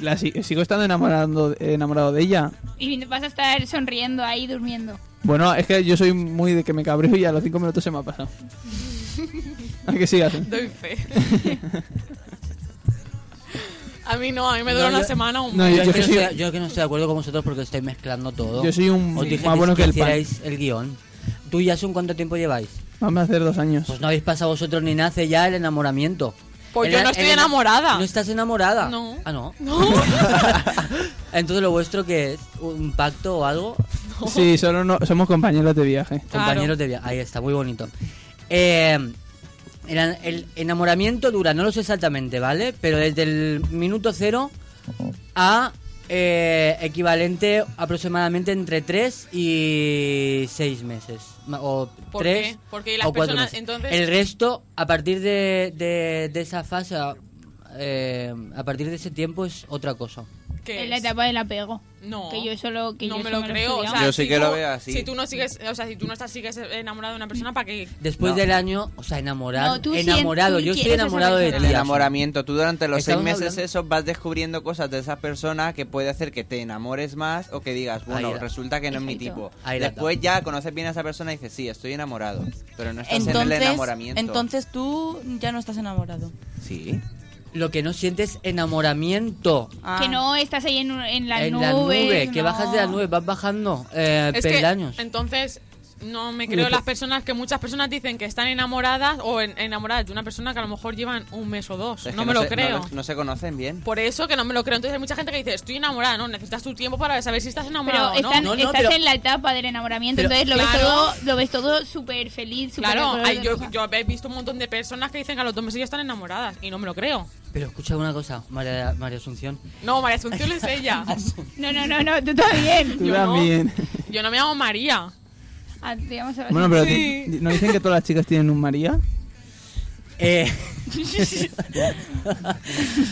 Speaker 6: la si- sigo estando enamorando, enamorado de ella.
Speaker 4: Y vas a estar sonriendo ahí, durmiendo.
Speaker 6: Bueno, es que yo soy muy de que me cabreo y a los cinco minutos se me ha pasado. ¿A que sí, Asun?
Speaker 2: Doy fe. a mí no, a mí me dura
Speaker 7: No,
Speaker 2: una
Speaker 7: yo-
Speaker 2: semana o un
Speaker 6: no,
Speaker 2: mes.
Speaker 7: Yo,
Speaker 6: Yo
Speaker 7: que no
Speaker 6: soy-
Speaker 7: estoy, yo que no estoy de acuerdo con vosotros porque estoy mezclando todo.
Speaker 6: Yo soy un
Speaker 7: Os dije
Speaker 6: más bueno que el pan.
Speaker 7: hicierais el guión. ¿Tú y Asun cuánto tiempo lleváis?
Speaker 6: Vamos a hacer dos años.
Speaker 7: Pues no habéis pasado vosotros ni nace ya el enamoramiento.
Speaker 2: Pues
Speaker 7: El
Speaker 2: yo
Speaker 7: ena-
Speaker 2: no estoy
Speaker 7: el ena-
Speaker 2: enamorada.
Speaker 7: ¿No estás enamorada?
Speaker 2: No.
Speaker 7: Ah, no.
Speaker 2: No.
Speaker 7: Entonces lo vuestro que es un pacto o algo.
Speaker 6: Sí, solo no, somos compañeros de viaje.
Speaker 2: Claro.
Speaker 7: Compañeros de viaje. Ahí está, muy bonito. Eh, el, el enamoramiento dura, no lo sé exactamente, ¿vale? Pero desde el minuto cero a eh, equivalente aproximadamente entre 3 y 6 meses. Ma- O
Speaker 2: ¿Por
Speaker 7: tres
Speaker 2: qué? Porque las
Speaker 7: o cuatro
Speaker 2: personas,
Speaker 7: meses.
Speaker 2: entonces-
Speaker 7: El resto, a partir de, de- de esa fase, a- eh, a partir de ese tiempo es otra cosa.
Speaker 2: ¿Qué
Speaker 4: Es la
Speaker 2: es?
Speaker 4: etapa del apego.
Speaker 2: No.
Speaker 4: Que yo solo. Que
Speaker 2: no
Speaker 4: yo
Speaker 2: me
Speaker 4: eso
Speaker 2: lo creo.
Speaker 4: he
Speaker 2: o sea,
Speaker 4: estudiado.
Speaker 9: Yo sí
Speaker 2: si
Speaker 9: que
Speaker 2: tú-
Speaker 9: lo veo así.
Speaker 2: Si tú no sigues, o sea, si tú no estás, sigues enamorado de una persona, ¿para qué?
Speaker 7: Después
Speaker 9: No.
Speaker 7: del año, o sea, enamorado.
Speaker 4: No, tú sí en-
Speaker 7: enamorado,
Speaker 4: tú
Speaker 7: yo estoy
Speaker 4: quieres a esa
Speaker 7: enamorado de ti.
Speaker 4: persona.
Speaker 9: El
Speaker 4: Sí,
Speaker 7: Asun.
Speaker 9: enamoramiento. Tú durante los seis
Speaker 7: Estamos
Speaker 9: meses
Speaker 7: hablando-
Speaker 9: esos vas descubriendo cosas de esa persona que puede hacer que te enamores más o que digas, bueno,
Speaker 7: Ahí la-
Speaker 9: resulta que no es mi
Speaker 4: Exacto.
Speaker 9: tipo.
Speaker 7: Ahí la
Speaker 9: Después ya conoces bien a esa persona y dices, sí, estoy enamorado. Pero no estás en el
Speaker 3: Entonces,
Speaker 9: enamoramiento.
Speaker 3: entonces tú ya no estás enamorado.
Speaker 9: Sí.
Speaker 7: Lo que no sientes enamoramiento.
Speaker 3: Ah.
Speaker 4: Que no estás ahí en, en la
Speaker 7: en
Speaker 4: nube.
Speaker 7: la nube, que
Speaker 4: no.
Speaker 7: bajas de la nube, vas bajando eh,
Speaker 2: Es que,
Speaker 7: peldaños.
Speaker 2: entonces, no me creo las personas que muchas personas dicen que están enamoradas o en- enamoradas de una persona que a lo mejor llevan un mes o dos.
Speaker 9: Es que
Speaker 2: no me lo
Speaker 9: se-
Speaker 2: creo.
Speaker 9: No, los- no se conocen bien.
Speaker 2: Por eso que no me lo creo. Entonces hay mucha gente que dice, estoy enamorada. No, necesitas tu tiempo para saber si estás
Speaker 4: Pero
Speaker 2: enamorado o no.
Speaker 4: están-
Speaker 7: no, no,
Speaker 4: estás
Speaker 7: pero-
Speaker 4: en la etapa del enamoramiento,
Speaker 7: pero-
Speaker 4: entonces lo ves
Speaker 2: Claro.
Speaker 4: todo, lo ves todo súper feliz, súper
Speaker 2: Claro,
Speaker 4: color
Speaker 2: hay-
Speaker 4: de
Speaker 2: yo,
Speaker 4: rosa.
Speaker 2: yo he visto un montón de personas que dicen que a los dos meses ya están enamoradas y no me lo creo.
Speaker 7: Pero escucha una cosa, María, María Asunción.
Speaker 2: No, María Asunción es ella.
Speaker 4: No, no, no, no, tú también.
Speaker 6: Tú
Speaker 2: yo no.
Speaker 6: también.
Speaker 2: Yo no me llamo María.
Speaker 4: Ah, te llamas Sebastián.
Speaker 6: Bueno, pero
Speaker 2: Sí.
Speaker 6: ti- ¿no dicen que todas las chicas tienen un María?
Speaker 7: Eh,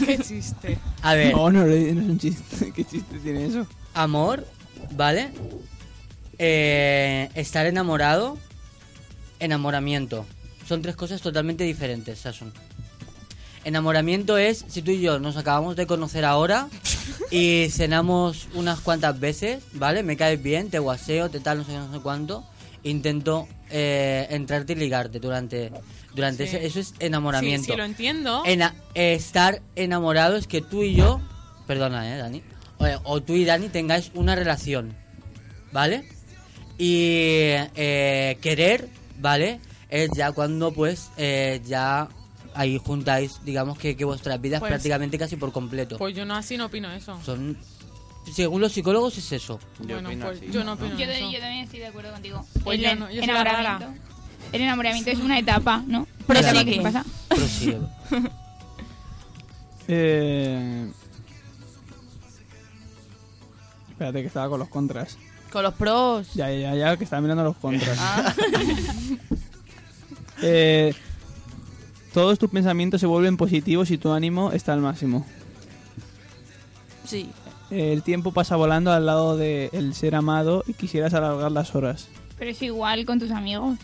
Speaker 2: Qué chiste.
Speaker 7: a ver,
Speaker 6: No, no, no es un chiste. ¿Qué chiste tiene eso?
Speaker 7: amor, ¿vale? Eh, estar enamorado, enamoramiento. Son tres cosas totalmente diferentes, Sasun. Enamoramiento es si tú y yo nos acabamos de conocer ahora y cenamos unas cuantas veces, ¿vale? Me caes bien, te guaseo, te tal, no sé, qué, no sé cuánto. Intento eh, entrarte y ligarte durante, durante
Speaker 2: Sí.
Speaker 7: ese- eso es
Speaker 2: Sí,
Speaker 7: enamoramiento.
Speaker 2: sí, lo entiendo.
Speaker 7: Ena- estar enamorado es que tú y yo, perdona, eh, Dani, o, o tú y Dani tengáis una relación, ¿vale? Y eh, querer, ¿vale? Es ya cuando, pues, eh, ya ahí juntáis, digamos que, que vuestras vidas
Speaker 2: Pues-
Speaker 7: prácticamente casi por completo.
Speaker 2: Pues yo no así no opino eso.
Speaker 7: Son, según los psicólogos es eso.
Speaker 9: Yo
Speaker 2: bueno,
Speaker 9: opino
Speaker 2: pues
Speaker 9: así,
Speaker 2: yo no
Speaker 9: ¿no?
Speaker 2: opino
Speaker 4: Yo,
Speaker 2: eso.
Speaker 4: te- yo también estoy de acuerdo contigo.
Speaker 2: Pues
Speaker 4: el
Speaker 2: yo no, yo soy la
Speaker 4: enamoramiento. El enamoramiento es una etapa, ¿no?
Speaker 3: Pero
Speaker 4: Etapa
Speaker 3: sí
Speaker 4: que
Speaker 3: que-
Speaker 4: pasa.
Speaker 7: Pero sí, eh,
Speaker 6: Eh... Espérate, que estaba con los contras.
Speaker 3: Con los pros.
Speaker 6: Ya, ya, ya, que estaba mirando los contras.
Speaker 3: Ah,
Speaker 6: Eh, todos tus pensamientos se vuelven positivos y tu ánimo está al máximo.
Speaker 3: sí.
Speaker 6: El tiempo pasa volando al lado del ser amado y quisieras alargar las horas.
Speaker 4: Pero es igual con tus amigos.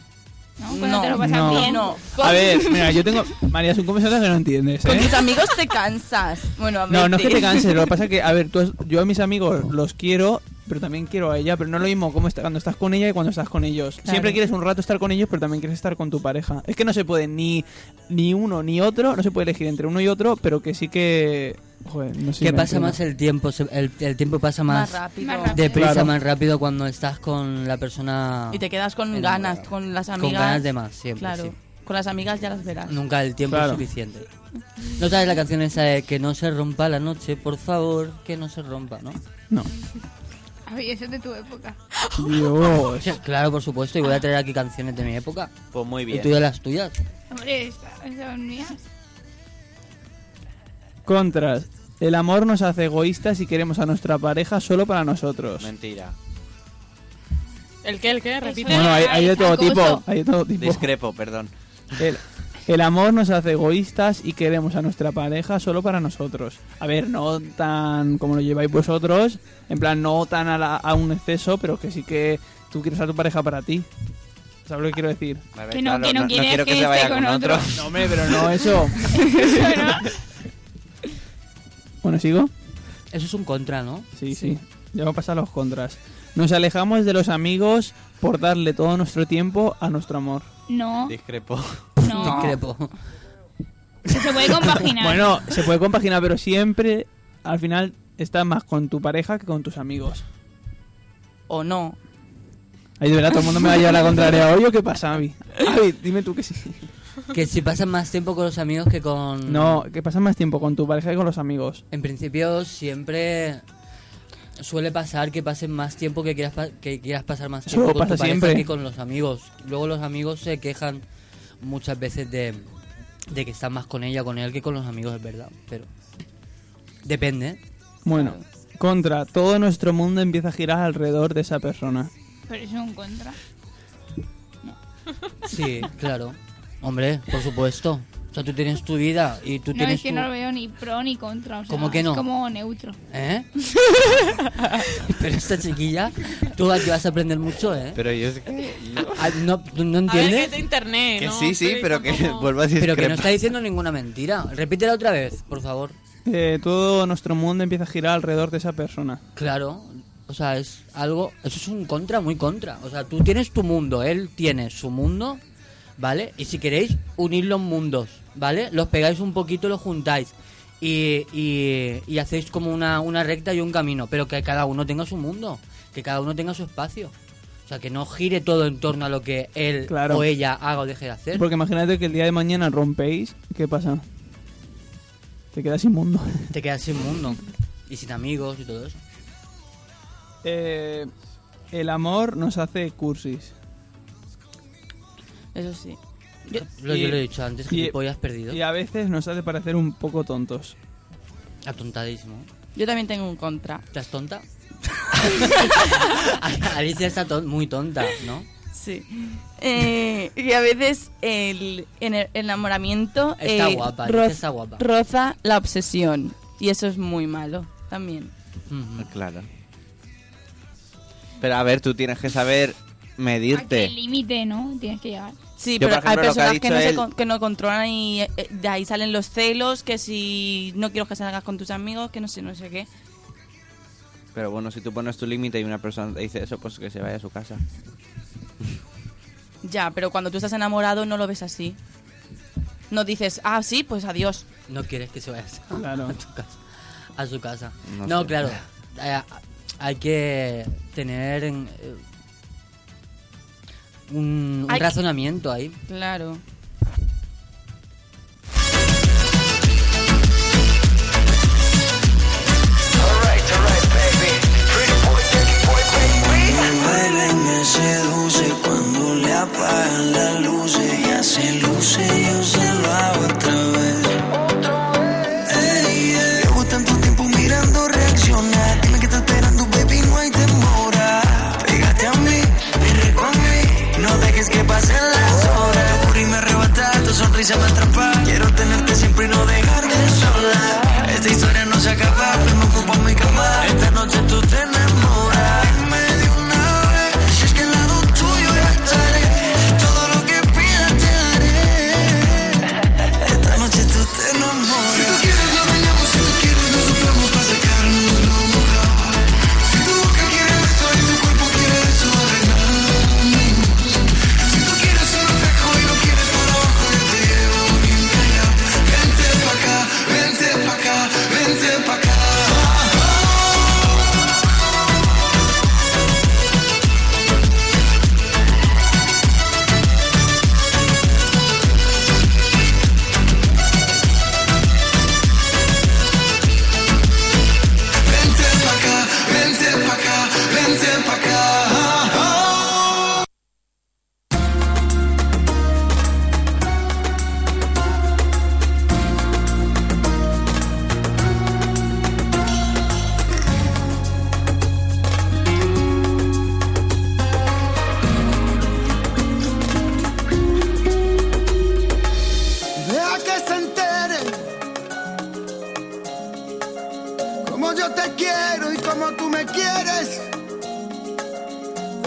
Speaker 4: Pues ¿No? Cuando te lo pasas
Speaker 6: no.
Speaker 4: bien.
Speaker 3: No.
Speaker 6: A ver, mira, yo tengo... María, es un comentario que no entiendes,
Speaker 3: Con
Speaker 6: ¿eh?
Speaker 3: tus amigos te cansas. Bueno, a ver.
Speaker 6: No, no es que
Speaker 3: sí.
Speaker 6: te canses, lo que pasa es que, a ver, tú has- yo a mis amigos los quiero, pero también quiero a ella, pero no es lo mismo como está, cuando estás con ella y cuando estás con ellos. Siempre quieres un rato estar con ellos, pero también quieres estar con tu pareja. Es que no se puede ni, ni uno ni otro, no se puede elegir entre uno y otro, pero que sí que... Joder, no sé si
Speaker 7: que
Speaker 6: me
Speaker 7: pasa
Speaker 6: entiendo.
Speaker 7: más el tiempo, se- el, el tiempo pasa
Speaker 3: Más
Speaker 7: más,
Speaker 3: rápido.
Speaker 4: Más rápido.
Speaker 7: deprisa,
Speaker 6: Claro.
Speaker 7: más rápido cuando estás con la persona
Speaker 3: Y te quedas con
Speaker 7: Enamorado.
Speaker 3: ganas, con las amigas.
Speaker 7: con ganas de más, siempre.
Speaker 3: Claro.
Speaker 7: sí.
Speaker 3: Con las amigas ya las verás.
Speaker 7: Nunca el tiempo
Speaker 6: Claro.
Speaker 7: es suficiente. ¿No sabes la canción esa de que no se rompa la noche? Por favor, que no se rompa, ¿no?
Speaker 6: No.
Speaker 4: Ay, eso es de tu época.
Speaker 7: O
Speaker 6: Dios.
Speaker 7: sea, claro, por supuesto, y voy a traer aquí canciones de mi época.
Speaker 9: Pues muy
Speaker 7: Y
Speaker 9: bien.
Speaker 7: tú de las tuyas.
Speaker 4: Hombre, estas son mías.
Speaker 6: Contras. El amor nos hace egoístas y queremos a nuestra pareja solo para nosotros.
Speaker 9: Mentira.
Speaker 2: ¿El qué, el qué? Repite.
Speaker 6: Bueno, hay, hay de todo
Speaker 4: Acoso.
Speaker 6: tipo. Hay de todo tipo.
Speaker 9: Discrepo, perdón.
Speaker 6: El, el amor nos hace egoístas y queremos a nuestra pareja solo para nosotros. A ver, no tan como lo lleváis vosotros, en plan, no tan a, la- a un exceso, pero que sí que tú quieres a tu pareja para ti. ¿Sabes lo que quiero decir?
Speaker 9: A ver,
Speaker 4: Que no, que no quieres
Speaker 9: quiero que,
Speaker 4: que
Speaker 9: se vaya
Speaker 4: esté
Speaker 9: con,
Speaker 4: con
Speaker 9: otro.
Speaker 4: otro.
Speaker 6: No, hombre, pero no eso. Bueno, ¿sigo?
Speaker 7: Eso es un contra, ¿no?
Speaker 6: Sí, sí. Ya va a pasar los contras. Nos alejamos de los amigos por darle todo nuestro tiempo a nuestro amor.
Speaker 4: No,
Speaker 9: Discrepo.
Speaker 4: no.
Speaker 7: Discrepo.
Speaker 4: Se puede compaginar.
Speaker 6: Bueno, se puede compaginar, pero siempre al final estás más con tu pareja que con tus amigos.
Speaker 3: O no.
Speaker 6: Ay, de verdad, todo el mundo me va a llevar la contraria hoy o qué pasa, Avi. Avi, dime tú que sí.
Speaker 7: Que si pasas más tiempo con los amigos que con...
Speaker 6: No, que pasas más tiempo con tu pareja que con los amigos.
Speaker 7: En principio siempre suele pasar que pasen más tiempo que quieras, pa- que quieras pasar más
Speaker 6: Eso
Speaker 7: tiempo con
Speaker 6: pasa
Speaker 7: tu pareja
Speaker 6: siempre.
Speaker 7: que con los amigos. Luego los amigos se quejan muchas veces de, de que están más con ella, con él que con los amigos, es verdad. Pero depende. ¿eh?
Speaker 6: Bueno, contra, todo nuestro mundo empieza a girar alrededor de esa persona.
Speaker 4: Pero eso es un contra.
Speaker 7: Sí, claro. Hombre, por supuesto. O sea, tú tienes tu vida y tú
Speaker 4: No,
Speaker 7: tienes
Speaker 4: es que
Speaker 7: tu-
Speaker 4: no lo veo ni pro ni contra. O sea,
Speaker 7: ¿Cómo que no?
Speaker 4: Es como neutro.
Speaker 7: ¿Eh? Pero esta chiquilla, tú aquí vas a aprender mucho, ¿eh?
Speaker 9: Pero yo es que.
Speaker 7: Ah, no, ¿tú ¿No
Speaker 2: A ver,
Speaker 7: entiendes?
Speaker 2: que es de internet.
Speaker 9: Que
Speaker 2: ¿no?
Speaker 9: sí, sí, pero que
Speaker 2: tampoco-
Speaker 9: vuelvo a
Speaker 7: Pero que no
Speaker 9: discrepar.
Speaker 7: está diciendo ninguna mentira. Repítela otra vez, por favor.
Speaker 6: Eh, todo nuestro mundo empieza a girar alrededor de esa persona.
Speaker 7: Claro. O sea, es algo... Eso es un contra, muy contra. O sea, tú tienes tu mundo, él tiene su mundo, ¿vale? Y si queréis, unir los mundos, ¿vale? Los pegáis un poquito, los juntáis. Y, y- y hacéis como una, una recta y un camino. Pero que cada uno tenga su mundo. Que cada uno tenga su espacio. O sea, que no gire todo en torno a lo que él
Speaker 6: Claro.
Speaker 7: o ella haga o deje de hacer.
Speaker 6: Porque imagínate que el día de mañana rompéis, ¿qué pasa? Te quedas inmundo.
Speaker 7: Te quedas sin mundo. Y sin amigos y todo eso.
Speaker 6: Eh, el amor nos hace cursis.
Speaker 3: Eso sí.
Speaker 7: Lo, yo lo he dicho antes,
Speaker 6: y-
Speaker 7: que has perdido.
Speaker 6: Y a veces nos hace parecer un poco tontos.
Speaker 7: Atontadísimo.
Speaker 3: Yo también tengo un contra.
Speaker 7: ¿Estás tonta? Alicia está ton- muy tonta, ¿no?
Speaker 3: Sí. Eh, y a veces el ener- enamoramiento
Speaker 7: Está
Speaker 3: eh,
Speaker 7: guapa,
Speaker 3: roz-
Speaker 7: está guapa.
Speaker 3: roza la obsesión. Y eso es muy malo también.
Speaker 7: Ujú.
Speaker 9: Claro. Pero a ver, tú tienes que saber
Speaker 4: Hasta el
Speaker 9: medirte.
Speaker 4: límite, ¿no? Tienes que llegar.
Speaker 3: Sí,
Speaker 9: Yo,
Speaker 3: pero
Speaker 9: por ejemplo,
Speaker 3: hay
Speaker 9: lo que ha
Speaker 3: personas que,
Speaker 9: dicho
Speaker 3: no se
Speaker 9: él-
Speaker 3: con- que no controlan y eh, eh, de ahí salen los celos, que si no quiero que salgas con tus amigos, que no sé, no sé qué.
Speaker 9: Pero bueno, si tú pones tu límite y una persona te dice eso, pues que se vaya a su casa.
Speaker 3: Ya, pero cuando tú estás enamorado no lo ves así. No dices, ah, sí, pues adiós.
Speaker 7: No quieres que se vaya a,
Speaker 6: Claro.
Speaker 7: a tu casa. A su casa.
Speaker 9: No
Speaker 7: No,
Speaker 9: sé.
Speaker 7: claro. eh, hay que tener en, eh, un, un
Speaker 3: Hay que-
Speaker 7: razonamiento ahí.
Speaker 3: Claro.
Speaker 10: Baila y me seduce cuando le apagan las luces. Ya se luce, yo se lo hago otra vez. Ey, ey. Llevo tanto tiempo mirando reaccionar. Dime que está esperando, baby, no hay demora. Pégate a mí, ven con mí. No dejes que pasen las horas. Tu curry me arrebata, tu sonrisa me atrapa. Quiero tenerte siempre y no dejarte sola. Esta historia no se acaba, me ocupo en mi cama. Esta noche tú te enamoras. Dime de una vez, si es que al lado tuyo ya estaré. Todo lo que pidas te haré. Esta noche tú te enamoras. Si tú quieres, lo bailamos. Si tú quieres, nos soplamos para sacarnos lo mojado. Si tu boca quiere esto y tu cuerpo quiere eso, arreglamos. Si tú quieres un atajo y lo quieres por abajo, yo te llevo bien callado. Vente pa' acá, vente pa' acá, vente pa' acá. Vente pa' acá, vente pa' acá, vente pa' acá.
Speaker 1: Deja que se entere como yo te quiero y como tú me quieres.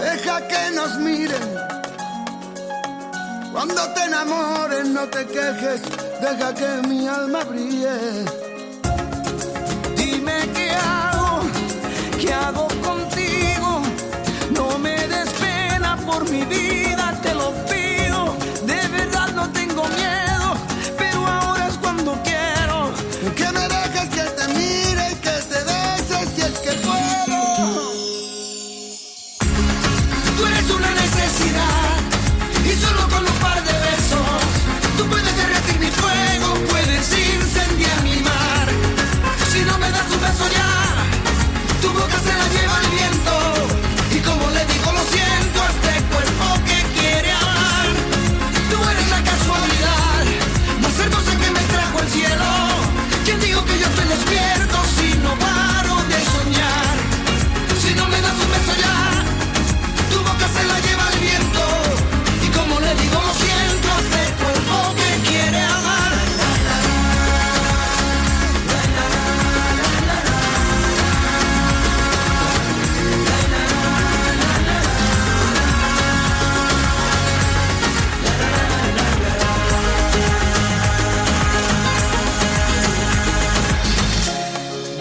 Speaker 1: Deja que nos miren. Cuando te enamores no te quejes, deja que mi alma brille. Dime qué hago, qué hago contigo. No me des pena por mi vida, te lo pido. De verdad no tengo miedo, pero ahora es cuando quiero. Que me dejes que te mire y que te beses si es que puedo. Tú eres una necesidad y solo con un par de besos tú puedes derretir mi fuego, puedes incendiar mi mar. Si no me das un beso ya, tu boca se la lleva el viento y como le digo lo siento a este cuerpo que quiere amar. Tú eres la casualidad más hermosa que me trajo el cielo. ¿Quién dijo que yo estoy despierto si no paro de soñar? Si no me das un beso ya. Tu boca se la lleva el viento Y como le digo lo siento Hace cuerpo que quiere amar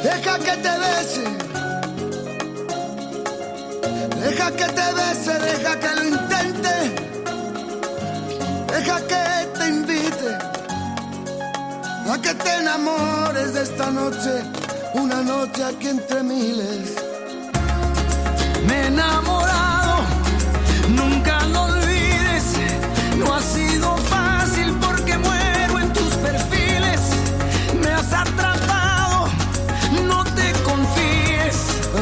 Speaker 1: Deja que te bese Deja que te bese, deja que lo intente. Deja que te invite a que te enamores de esta noche. Una noche aquí entre miles. Me he enamorado, nunca lo olvides. No ha sido fácil porque muero en tus perfiles. Me has atrapado, no te confíes.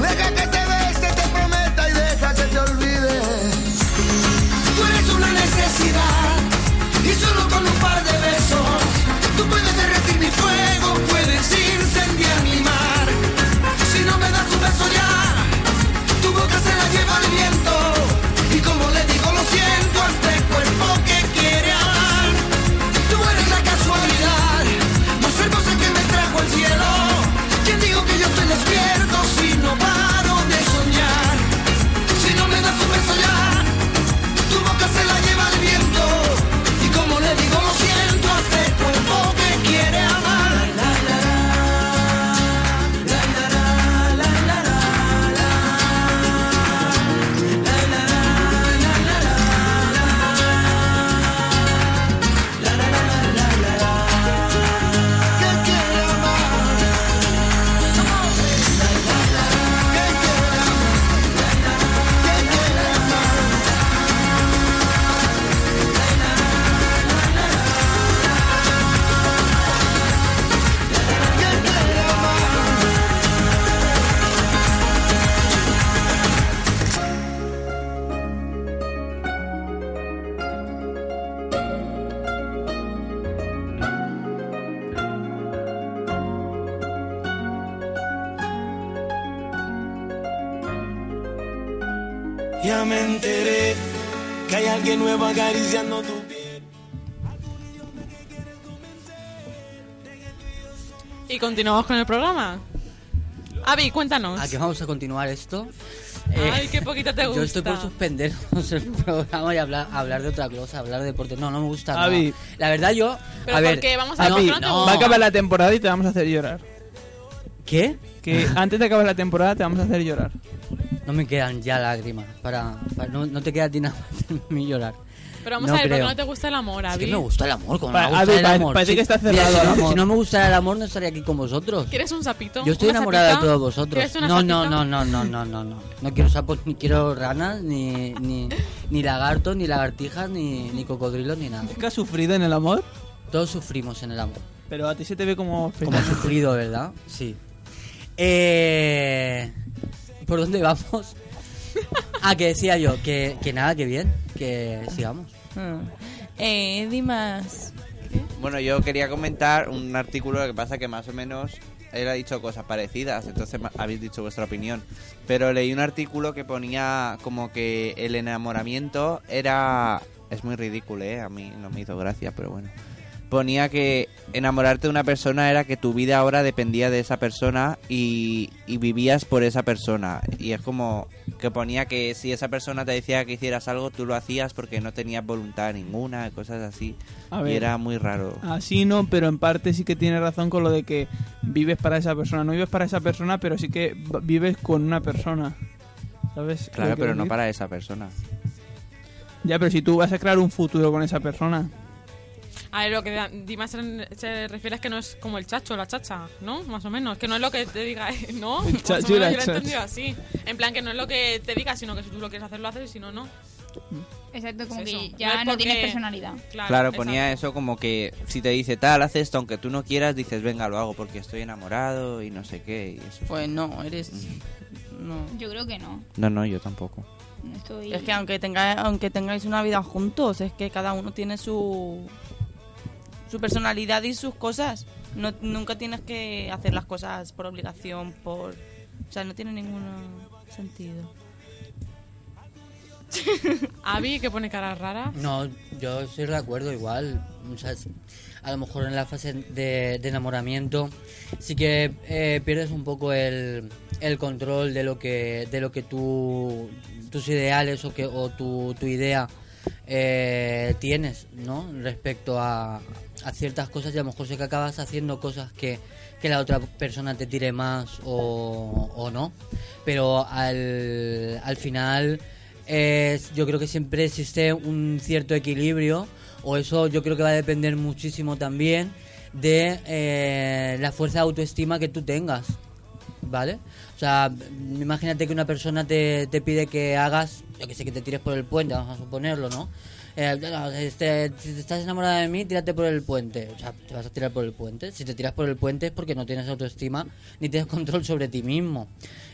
Speaker 1: Deja que te bese, te prometa y deja que te olvide. Tú eres una necesidad y solo con un par de besos tú puedes derretir mi fuego, puedes incendiar mi mar. Si no me das un beso ya, tu boca se la lleva el viento. este
Speaker 11: día me enteré que hay alguien nuevo acariciando tu piel.
Speaker 2: Y continuamos con el programa. Avi, cuéntanos.
Speaker 7: ¿A qué vamos a continuar esto?
Speaker 2: Ay, qué poquito te
Speaker 7: Ah, eh, Yo estoy por
Speaker 2: gusta.
Speaker 7: suspendernos el programa y hablar, hablar de otra cosa, hablar de deporte. No, no me gusta. nada.
Speaker 6: Avi.
Speaker 7: La verdad, yo.
Speaker 2: Pero
Speaker 7: a ver,
Speaker 2: ¿por qué? Vamos a
Speaker 7: no,
Speaker 2: ver, ¿por qué no te
Speaker 7: no.
Speaker 6: Va a acabar la temporada y te vamos a hacer llorar.
Speaker 7: ¿Qué?
Speaker 6: Que antes de acabar la temporada te vamos a hacer llorar.
Speaker 7: No me quedan ya lágrimas. Para, para- no, no te queda a ti nada más de mí llorar.
Speaker 2: Pero vamos
Speaker 7: No
Speaker 2: a ver, ¿por qué
Speaker 7: creo.
Speaker 2: no te gusta el amor,
Speaker 7: Es
Speaker 2: Avi?
Speaker 7: que me gusta el amor, como
Speaker 6: Pa-
Speaker 7: me gusta
Speaker 6: Avi,
Speaker 7: el
Speaker 6: pa-
Speaker 7: amor.
Speaker 6: parece
Speaker 7: Si-
Speaker 6: que está
Speaker 7: mira,
Speaker 6: cerrado
Speaker 7: si,
Speaker 6: el
Speaker 7: no,
Speaker 6: amor.
Speaker 7: si no me gustara el amor, no estaría aquí con vosotros.
Speaker 2: ¿Quieres un sapito?
Speaker 7: Yo estoy
Speaker 2: ¿Una
Speaker 7: enamorada
Speaker 2: sapita?
Speaker 7: de todos vosotros.
Speaker 2: ¿Quieres una
Speaker 7: No, no,
Speaker 2: sapita?
Speaker 7: no, no, no, no, no, no. No quiero sapos, ni quiero ranas, ni, ni, ni lagartos, ni lagartijas, ni, ni cocodrilos, ni nada.
Speaker 6: ¿Es que has sufrido en el amor?
Speaker 7: Todos sufrimos en el amor.
Speaker 6: Pero a ti se te ve como...
Speaker 7: Como sufrido, ¿verdad? Sí. Eh, ¿Por dónde vamos? Ah, que decía yo, que, que nada, que bien, que sigamos.
Speaker 3: Ah. Eh, Dimas.
Speaker 9: Bueno, yo quería comentar un artículo, lo que pasa que más o menos él ha dicho cosas parecidas, entonces ma- habéis dicho vuestra opinión. Pero leí un artículo que ponía como que el enamoramiento era... Es muy ridículo, ¿eh? A mí no me hizo gracia, pero bueno. Ponía que enamorarte de una persona era que tu vida ahora dependía de esa persona y, y vivías por esa persona. Y es como que ponía que si esa persona te decía que hicieras algo, tú lo hacías porque no tenías voluntad ninguna, cosas así.
Speaker 6: A
Speaker 9: Y
Speaker 6: ver. Ah,
Speaker 9: era muy raro.
Speaker 6: Así no, pero en parte sí que tiene razón con lo de que vives para esa persona. No vives para esa persona, pero sí que v- vives con una persona. ¿Sabes? lo
Speaker 9: Claro,
Speaker 6: que
Speaker 9: pero no
Speaker 6: quiero
Speaker 9: para esa persona.
Speaker 6: decir? Ya, pero si tú vas a crear un futuro con esa persona.
Speaker 2: A ver, lo que da- Dimas se, se refiere es que no es como el chacho, la chacha, ¿no? Más o menos. Que no es lo que te diga, él, ¿no?
Speaker 6: El
Speaker 2: Más o
Speaker 6: chacho
Speaker 2: menos
Speaker 6: y la
Speaker 2: yo lo he entendido
Speaker 6: chacha.
Speaker 2: así. En plan, que no es lo que te diga, sino que si tú lo quieres hacer, lo haces y si no, no.
Speaker 4: Exacto, como
Speaker 2: Es
Speaker 4: que
Speaker 2: eso.
Speaker 4: ya
Speaker 2: es
Speaker 4: no,
Speaker 2: porque-
Speaker 4: tienes personalidad.
Speaker 2: Claro,
Speaker 9: Claro, ponía
Speaker 2: exacto.
Speaker 9: eso como que si te dice tal, haz esto, aunque tú no quieras, dices venga, lo hago porque estoy enamorado y no sé qué. Y eso.
Speaker 3: Pues no, eres. No.
Speaker 4: Yo creo que no.
Speaker 9: No, no, yo tampoco.
Speaker 4: No estoy...
Speaker 3: Es que aunque tengáis, aunque tengáis una vida juntos, es que cada uno tiene su su personalidad y sus cosas. No, nunca tienes que hacer las cosas por obligación, por o sea, no tiene ningún sentido.
Speaker 2: Avi, que pone cara rara.
Speaker 7: No, yo estoy de acuerdo igual. O sea, es- a lo mejor en la fase de, de enamoramiento sí que eh, pierdes un poco el, el control de lo que de lo que tú tus ideales o que o tu, tu idea eh, tienes, ¿no? Respecto a, a ciertas cosas y a lo mejor sé que acabas haciendo cosas que, que la otra persona te tire más o, o no. Pero al, al final es- yo creo que siempre existe un cierto equilibrio o eso yo creo que va a depender muchísimo también de eh, la fuerza de autoestima que tú tengas, ¿vale? O sea, m- imagínate que una persona te, te pide que hagas, yo que sé, que te tires por el puente, vamos a suponerlo, ¿no? Eh, no, este, si te estás enamorada de mí, tírate por el puente. O sea, te vas a tirar por el puente. Si te tiras por el puente es porque no tienes autoestima ni tienes control sobre ti mismo.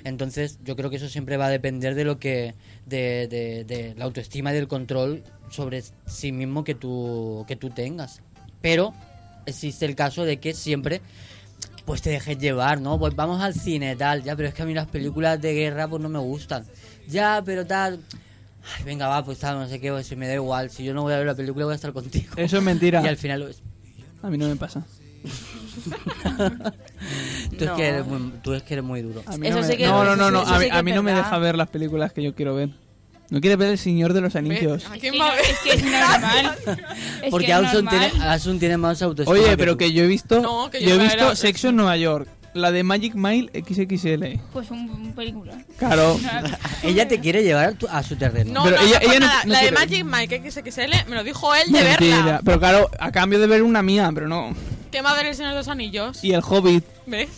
Speaker 7: Entonces, yo creo que eso siempre va a depender de lo que. de, de- de la autoestima y del control sobre sí mismo que tú, que tú tengas. Pero existe el caso de que siempre pues te dejes llevar, ¿no? Pues vamos al cine, tal, ya, pero es que a mí las películas de guerra pues no me gustan. Ya, pero tal. Ay, venga, va, pues tal, no sé qué, pues si me da igual, si yo no voy a ver la película voy a estar contigo.
Speaker 6: Eso es mentira.
Speaker 7: Y al final pues,
Speaker 6: A mí no me pasa.
Speaker 7: tú, es
Speaker 3: No.
Speaker 7: que eres muy, tú es que eres muy duro.
Speaker 6: A mí
Speaker 3: Eso
Speaker 6: no, me...
Speaker 3: sí que-
Speaker 6: no, no, no,
Speaker 3: eso-
Speaker 6: no.
Speaker 3: eso
Speaker 6: a,
Speaker 3: sí
Speaker 6: mí-
Speaker 3: que
Speaker 6: a
Speaker 3: es
Speaker 6: mí no me
Speaker 3: verdad.
Speaker 6: deja ver las películas que yo quiero ver. No quiere ver El Señor de los Anillos.
Speaker 2: ¿A
Speaker 4: Es
Speaker 2: quién
Speaker 4: que
Speaker 2: va a
Speaker 4: no-
Speaker 2: ver?
Speaker 4: es que es normal. Es
Speaker 7: Porque
Speaker 4: que es
Speaker 7: Alson
Speaker 4: normal.
Speaker 7: tiene, Alson tiene más autoestima.
Speaker 6: Oye, pero que yo he visto,
Speaker 2: No, que yo
Speaker 6: yo he
Speaker 2: no era-
Speaker 6: visto Sexo en Nueva York, la de Magic Mile XXL.
Speaker 4: Pues un, un película.
Speaker 6: Claro.
Speaker 7: tú. Ella te quiere llevar a, tu- a su terreno.
Speaker 2: No,
Speaker 6: Pero
Speaker 2: no,
Speaker 6: ella-
Speaker 2: no, por
Speaker 6: ella no-
Speaker 2: nada.
Speaker 6: no
Speaker 2: La de
Speaker 6: quiere-
Speaker 2: Magic Mike XXL me lo dijo él de
Speaker 6: Mentira.
Speaker 2: verla.
Speaker 6: Pero claro, a cambio de ver una mía, pero no.
Speaker 2: ¿Qué va a ver el Señor de los Anillos?
Speaker 6: Y el Hobbit.
Speaker 2: ¿Ves?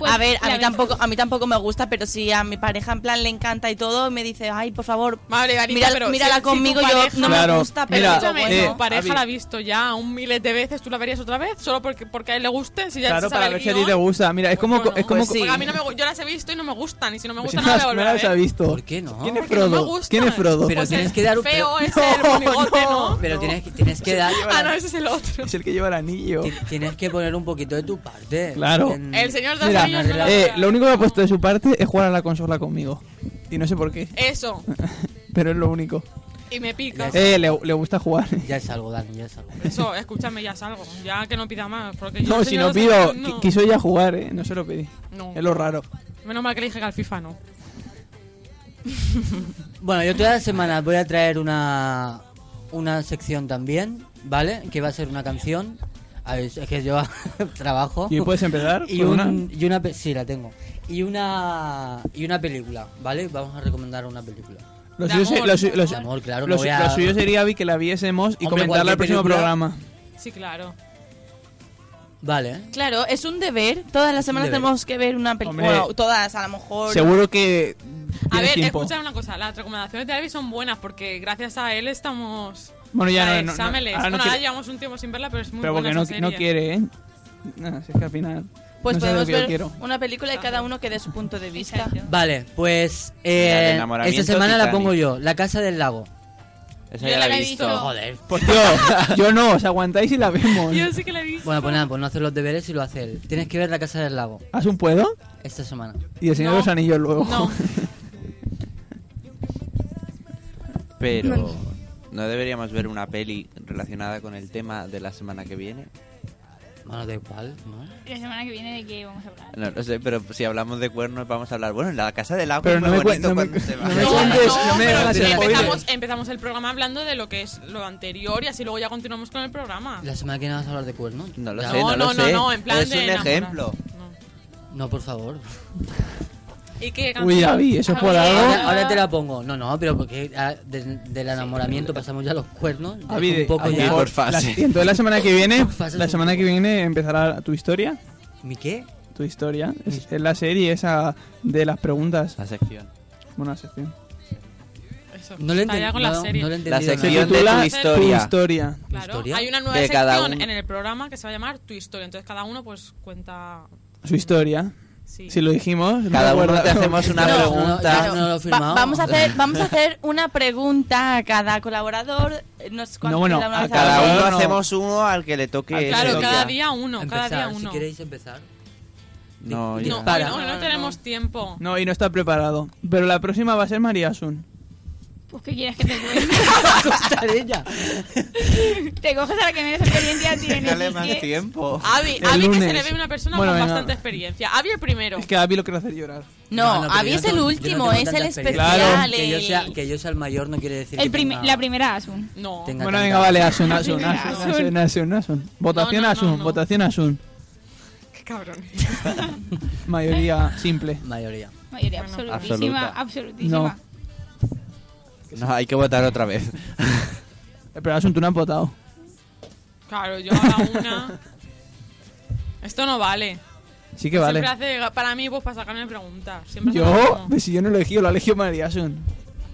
Speaker 4: Pues,
Speaker 3: a ver, a
Speaker 4: la
Speaker 3: mí tampoco
Speaker 2: pues
Speaker 3: a mí tampoco me gusta, pero si a mi pareja en plan le encanta y todo, me dice, "Ay, por favor,
Speaker 2: Vale, Garita,
Speaker 3: mira-
Speaker 2: pero si-
Speaker 3: mírala
Speaker 2: si tu
Speaker 3: conmigo", yo
Speaker 2: pareja- eh,
Speaker 3: no
Speaker 6: Claro,
Speaker 3: me gusta, pero
Speaker 6: mira, eh,
Speaker 3: digo,
Speaker 2: Escúchame,
Speaker 3: bueno.
Speaker 2: tu pareja
Speaker 6: Avi.
Speaker 2: la ha visto ya un miles de veces, ¿tú la verías otra vez? ¿Solo porque, porque a él le guste? Si ya
Speaker 6: Claro,
Speaker 2: se sabe
Speaker 6: para
Speaker 2: el
Speaker 6: ver si a ti te
Speaker 2: guión.
Speaker 6: gusta. Mira, es como.
Speaker 2: Pues
Speaker 6: es como
Speaker 3: Pues sí.
Speaker 2: Porque a mí no me gu- yo las he visto y no me gustan. Y si no me
Speaker 6: Pues
Speaker 2: gustan,
Speaker 6: no,
Speaker 2: no la
Speaker 6: las-
Speaker 2: voy a
Speaker 6: no
Speaker 2: volver a
Speaker 6: las ha
Speaker 2: ver.
Speaker 6: visto.
Speaker 7: ¿Por qué no?
Speaker 6: ¿Quién es
Speaker 2: Porque no me
Speaker 6: Frodo?
Speaker 2: gustan.
Speaker 6: ¿Quién es Frodo?
Speaker 7: Pero
Speaker 2: Pues
Speaker 7: tienes
Speaker 2: el
Speaker 7: que dar un-
Speaker 2: feo
Speaker 7: pero-
Speaker 2: ese, el monigote, ¿no?
Speaker 7: Pero tienes, que- tienes que dar...
Speaker 2: Ah, no, ese es el otro.
Speaker 6: Es el que lleva el anillo.
Speaker 7: ti- Tienes que poner un poquito de tu parte.
Speaker 6: Claro.
Speaker 7: En-
Speaker 2: El El señor de los
Speaker 6: Mira,
Speaker 2: anillos no la
Speaker 6: eh,
Speaker 2: juega.
Speaker 6: lo único que ha puesto de su parte es jugar a la consola conmigo. Y no sé por qué.
Speaker 2: Eso.
Speaker 6: Pero es lo único.
Speaker 2: Y me pica.
Speaker 6: Eh, le, le gusta jugar.
Speaker 7: Ya es algo, Dani, ya es algo.
Speaker 2: Eso, escúchame, ya salgo. Ya que no pida más. Porque yo
Speaker 6: No,
Speaker 2: el
Speaker 6: si
Speaker 2: señor
Speaker 6: no
Speaker 2: de los
Speaker 6: pido,
Speaker 2: anillos
Speaker 6: qui-
Speaker 2: no.
Speaker 6: quiso ella jugar, ¿eh? No se lo pedí.
Speaker 2: No.
Speaker 6: Es lo raro.
Speaker 2: Menos mal que le dije que al FIFA no.
Speaker 7: Bueno, yo toda la semana voy a traer una, una sección también, ¿vale? Que va a ser una canción. A ver, es que yo trabajo.
Speaker 6: ¿Y puedes empezar
Speaker 7: Y,
Speaker 6: con
Speaker 7: un-
Speaker 6: una?
Speaker 7: y una... pe- Sí, la tengo. Y una, y una película, ¿vale? Vamos a recomendar una película.
Speaker 6: Lo suyo, se- lo su- lo su-
Speaker 7: De amor, claro,
Speaker 6: lo
Speaker 7: no
Speaker 6: su-
Speaker 7: voy a-
Speaker 6: lo suyo sería Abby, que la viésemos y comentarla
Speaker 7: Hombre, cualquier
Speaker 6: al próximo
Speaker 7: película.
Speaker 6: programa.
Speaker 2: Sí, claro.
Speaker 7: Vale.
Speaker 3: Claro, es un deber. Todas las semanas
Speaker 7: deber.
Speaker 3: tenemos que ver una película.
Speaker 6: Hombre.
Speaker 3: Bueno, todas, a lo mejor.
Speaker 6: Seguro que
Speaker 2: A
Speaker 6: tienes
Speaker 2: ver,
Speaker 6: tiempo.
Speaker 2: escucha una cosa. Las recomendaciones de Abby son buenas porque gracias a él estamos.
Speaker 6: Bueno, ya
Speaker 2: a
Speaker 6: no,
Speaker 2: ver,
Speaker 6: no, no.
Speaker 2: Sámeles.
Speaker 6: Ahora no
Speaker 2: bueno, ahora
Speaker 6: quiere-
Speaker 2: llevamos un tiempo sin verla, pero es muy
Speaker 6: Pero
Speaker 2: buena
Speaker 6: porque no,
Speaker 2: esa
Speaker 6: no
Speaker 2: serie.
Speaker 6: quiere, ¿eh? No, si es que al final...
Speaker 3: Pues
Speaker 6: no sé lo
Speaker 3: podemos
Speaker 6: que yo
Speaker 3: ver
Speaker 6: quiero.
Speaker 3: una película y cada uno que dé su punto de vista.
Speaker 7: Vale, pues
Speaker 9: La de
Speaker 7: eh,
Speaker 9: enamoramiento,
Speaker 7: esta semana la
Speaker 9: Titanic.
Speaker 7: pongo yo, La Casa del Lago.
Speaker 9: Esa
Speaker 3: Yo
Speaker 9: ya la
Speaker 3: la
Speaker 9: he
Speaker 3: he
Speaker 9: visto.
Speaker 4: Oh.
Speaker 3: visto.
Speaker 7: Joder.
Speaker 6: Pues yo, yo no, os aguantáis y la vemos.
Speaker 2: Yo sí que la he visto.
Speaker 7: Bueno, pues nada, pues no haces los deberes y lo hace él. Tienes que ver La Casa del Lago
Speaker 6: ¿Haz un puedo?
Speaker 7: esta semana.
Speaker 6: Y el Señor
Speaker 2: No.
Speaker 6: de los Anillos luego.
Speaker 2: No.
Speaker 9: Pero no deberíamos ver una peli relacionada con el tema de la semana que viene.
Speaker 7: Bueno, da igual, ¿no?
Speaker 4: La semana que viene de qué vamos a hablar.
Speaker 9: No lo sé, pero si hablamos de cuernos vamos a hablar. Bueno, en la casa del agua
Speaker 6: Pero
Speaker 9: es
Speaker 6: no
Speaker 9: muy
Speaker 6: me cuen-
Speaker 9: bonito
Speaker 6: no me
Speaker 9: cuando
Speaker 6: cu-
Speaker 9: se
Speaker 6: no
Speaker 9: va.
Speaker 6: me cuentes, no me
Speaker 2: pero
Speaker 6: hagas
Speaker 2: sí,
Speaker 6: spoiler.
Speaker 2: empezamos, empezamos el programa hablando de lo que es lo anterior y así luego ya continuamos con el programa.
Speaker 7: La semana que viene vas a hablar de cuernos.
Speaker 9: No lo
Speaker 7: Ya.
Speaker 9: sé,
Speaker 2: no,
Speaker 9: no, lo
Speaker 2: no, no,
Speaker 9: sé.
Speaker 2: no, en plan
Speaker 9: es
Speaker 2: de
Speaker 9: un
Speaker 2: enamorar.
Speaker 9: ejemplo.
Speaker 7: No, por favor.
Speaker 2: ¿Y qué
Speaker 6: Uy, David, eso es por algo.
Speaker 7: Ahora, ahora te la pongo. No, no, pero porque ah, de- del enamoramiento pasamos ya a los cuernos.
Speaker 9: Ah,
Speaker 7: ya
Speaker 6: David,
Speaker 7: es un poco
Speaker 6: a lo
Speaker 7: ya.
Speaker 6: mejor
Speaker 9: por fase.
Speaker 6: la- y entonces la semana que viene,
Speaker 7: Por fase es
Speaker 6: la
Speaker 7: un
Speaker 6: semana que
Speaker 7: poco.
Speaker 6: viene empezará tu historia.
Speaker 7: ¿Mi qué?
Speaker 6: Tu historia. Es, es la serie esa de las preguntas. este.
Speaker 9: La sección.
Speaker 6: Buena sección.
Speaker 2: Eso.
Speaker 7: No le he
Speaker 2: Está ya
Speaker 7: entendido.
Speaker 2: con
Speaker 7: No,
Speaker 2: la serie.
Speaker 7: no le he
Speaker 9: La
Speaker 7: entendido
Speaker 6: Se
Speaker 2: Guión
Speaker 9: sección
Speaker 2: de
Speaker 9: de
Speaker 6: titula
Speaker 9: tu
Speaker 2: tu
Speaker 9: historia.
Speaker 6: Tu historia.
Speaker 2: Claro,
Speaker 7: historia?
Speaker 2: hay una nueva
Speaker 9: De
Speaker 2: sección
Speaker 9: cada uno.
Speaker 2: en el programa que se va a llamar Tu historia. Entonces cada uno pues cuenta.
Speaker 6: Su historia.
Speaker 2: Sí.
Speaker 6: Si lo dijimos, no me
Speaker 9: Cada uno
Speaker 6: acuerdo.
Speaker 9: te hacemos una
Speaker 7: No, no, no,
Speaker 9: pregunta.
Speaker 7: claro. no lo he firmado.
Speaker 3: vamos a hacer vamos a hacer una pregunta a cada colaborador. Eh, No, sé cuánto
Speaker 6: No, bueno,
Speaker 3: queda una
Speaker 6: a
Speaker 3: vez
Speaker 9: Cada
Speaker 6: Cada
Speaker 9: uno
Speaker 6: uno.
Speaker 9: hacemos uno al que le toque. ese
Speaker 2: claro,
Speaker 9: día.
Speaker 2: cada día uno, cada día
Speaker 7: Empezar,
Speaker 2: uno.
Speaker 7: Si queréis empezar.
Speaker 9: No,
Speaker 7: Di-
Speaker 9: ya.
Speaker 2: No,
Speaker 7: dispara.
Speaker 2: hoy no, hoy no tenemos tiempo.
Speaker 6: No, y no está preparado. Pero la próxima va a ser María Sun.
Speaker 4: Pues qué quieres que te cuente.
Speaker 7: Estar ella.
Speaker 4: te coges a la que menos experiencia tienes.
Speaker 9: Dale
Speaker 4: es
Speaker 9: más
Speaker 4: que-
Speaker 9: tiempo.
Speaker 2: Avi,
Speaker 6: El
Speaker 2: Avi que se
Speaker 6: lunes.
Speaker 2: le ve una persona
Speaker 6: Bueno,
Speaker 2: con
Speaker 6: venga.
Speaker 2: bastante experiencia. Avi el primero.
Speaker 6: Es que a Abby lo quiere hacer llorar.
Speaker 3: No,
Speaker 7: pero
Speaker 3: Abby
Speaker 7: yo
Speaker 3: es el
Speaker 7: tengo- yo no
Speaker 3: último,
Speaker 7: tengo
Speaker 3: es el
Speaker 7: tanta
Speaker 3: especial. eh,
Speaker 7: experiencia.
Speaker 6: Claro.
Speaker 7: Que yo,
Speaker 3: el-
Speaker 7: sea, que yo sea el mayor no quiere decir
Speaker 4: El
Speaker 7: que
Speaker 4: prim-
Speaker 7: tenga-
Speaker 4: la primera Asun.
Speaker 2: No.
Speaker 7: tenga
Speaker 6: Bueno,
Speaker 7: tanta-
Speaker 6: venga, vale, Asun, Asun,
Speaker 4: Venga,
Speaker 6: Asun,
Speaker 4: Asun.
Speaker 6: Asun, Asun, Asun. Votación
Speaker 2: No, no, no,
Speaker 6: Asun,
Speaker 2: no.
Speaker 6: votación Asun.
Speaker 2: Qué cabrón.
Speaker 6: Mayoría simple.
Speaker 7: Mayoría.
Speaker 4: Mayoría
Speaker 2: Bueno,
Speaker 4: absolutísima,
Speaker 9: absoluta.
Speaker 4: absolutísima.
Speaker 6: No.
Speaker 9: No, hay que votar otra vez.
Speaker 6: Pero Asun, tú no has votado.
Speaker 2: Claro, yo a la una. Esto no vale.
Speaker 6: Sí que vale.
Speaker 2: Siempre hace para mí pues para sacarme preguntas. Siempre hace lo
Speaker 6: Yo,
Speaker 2: mismo.
Speaker 6: pues si yo no lo he elegido, lo ha elegido María Asun.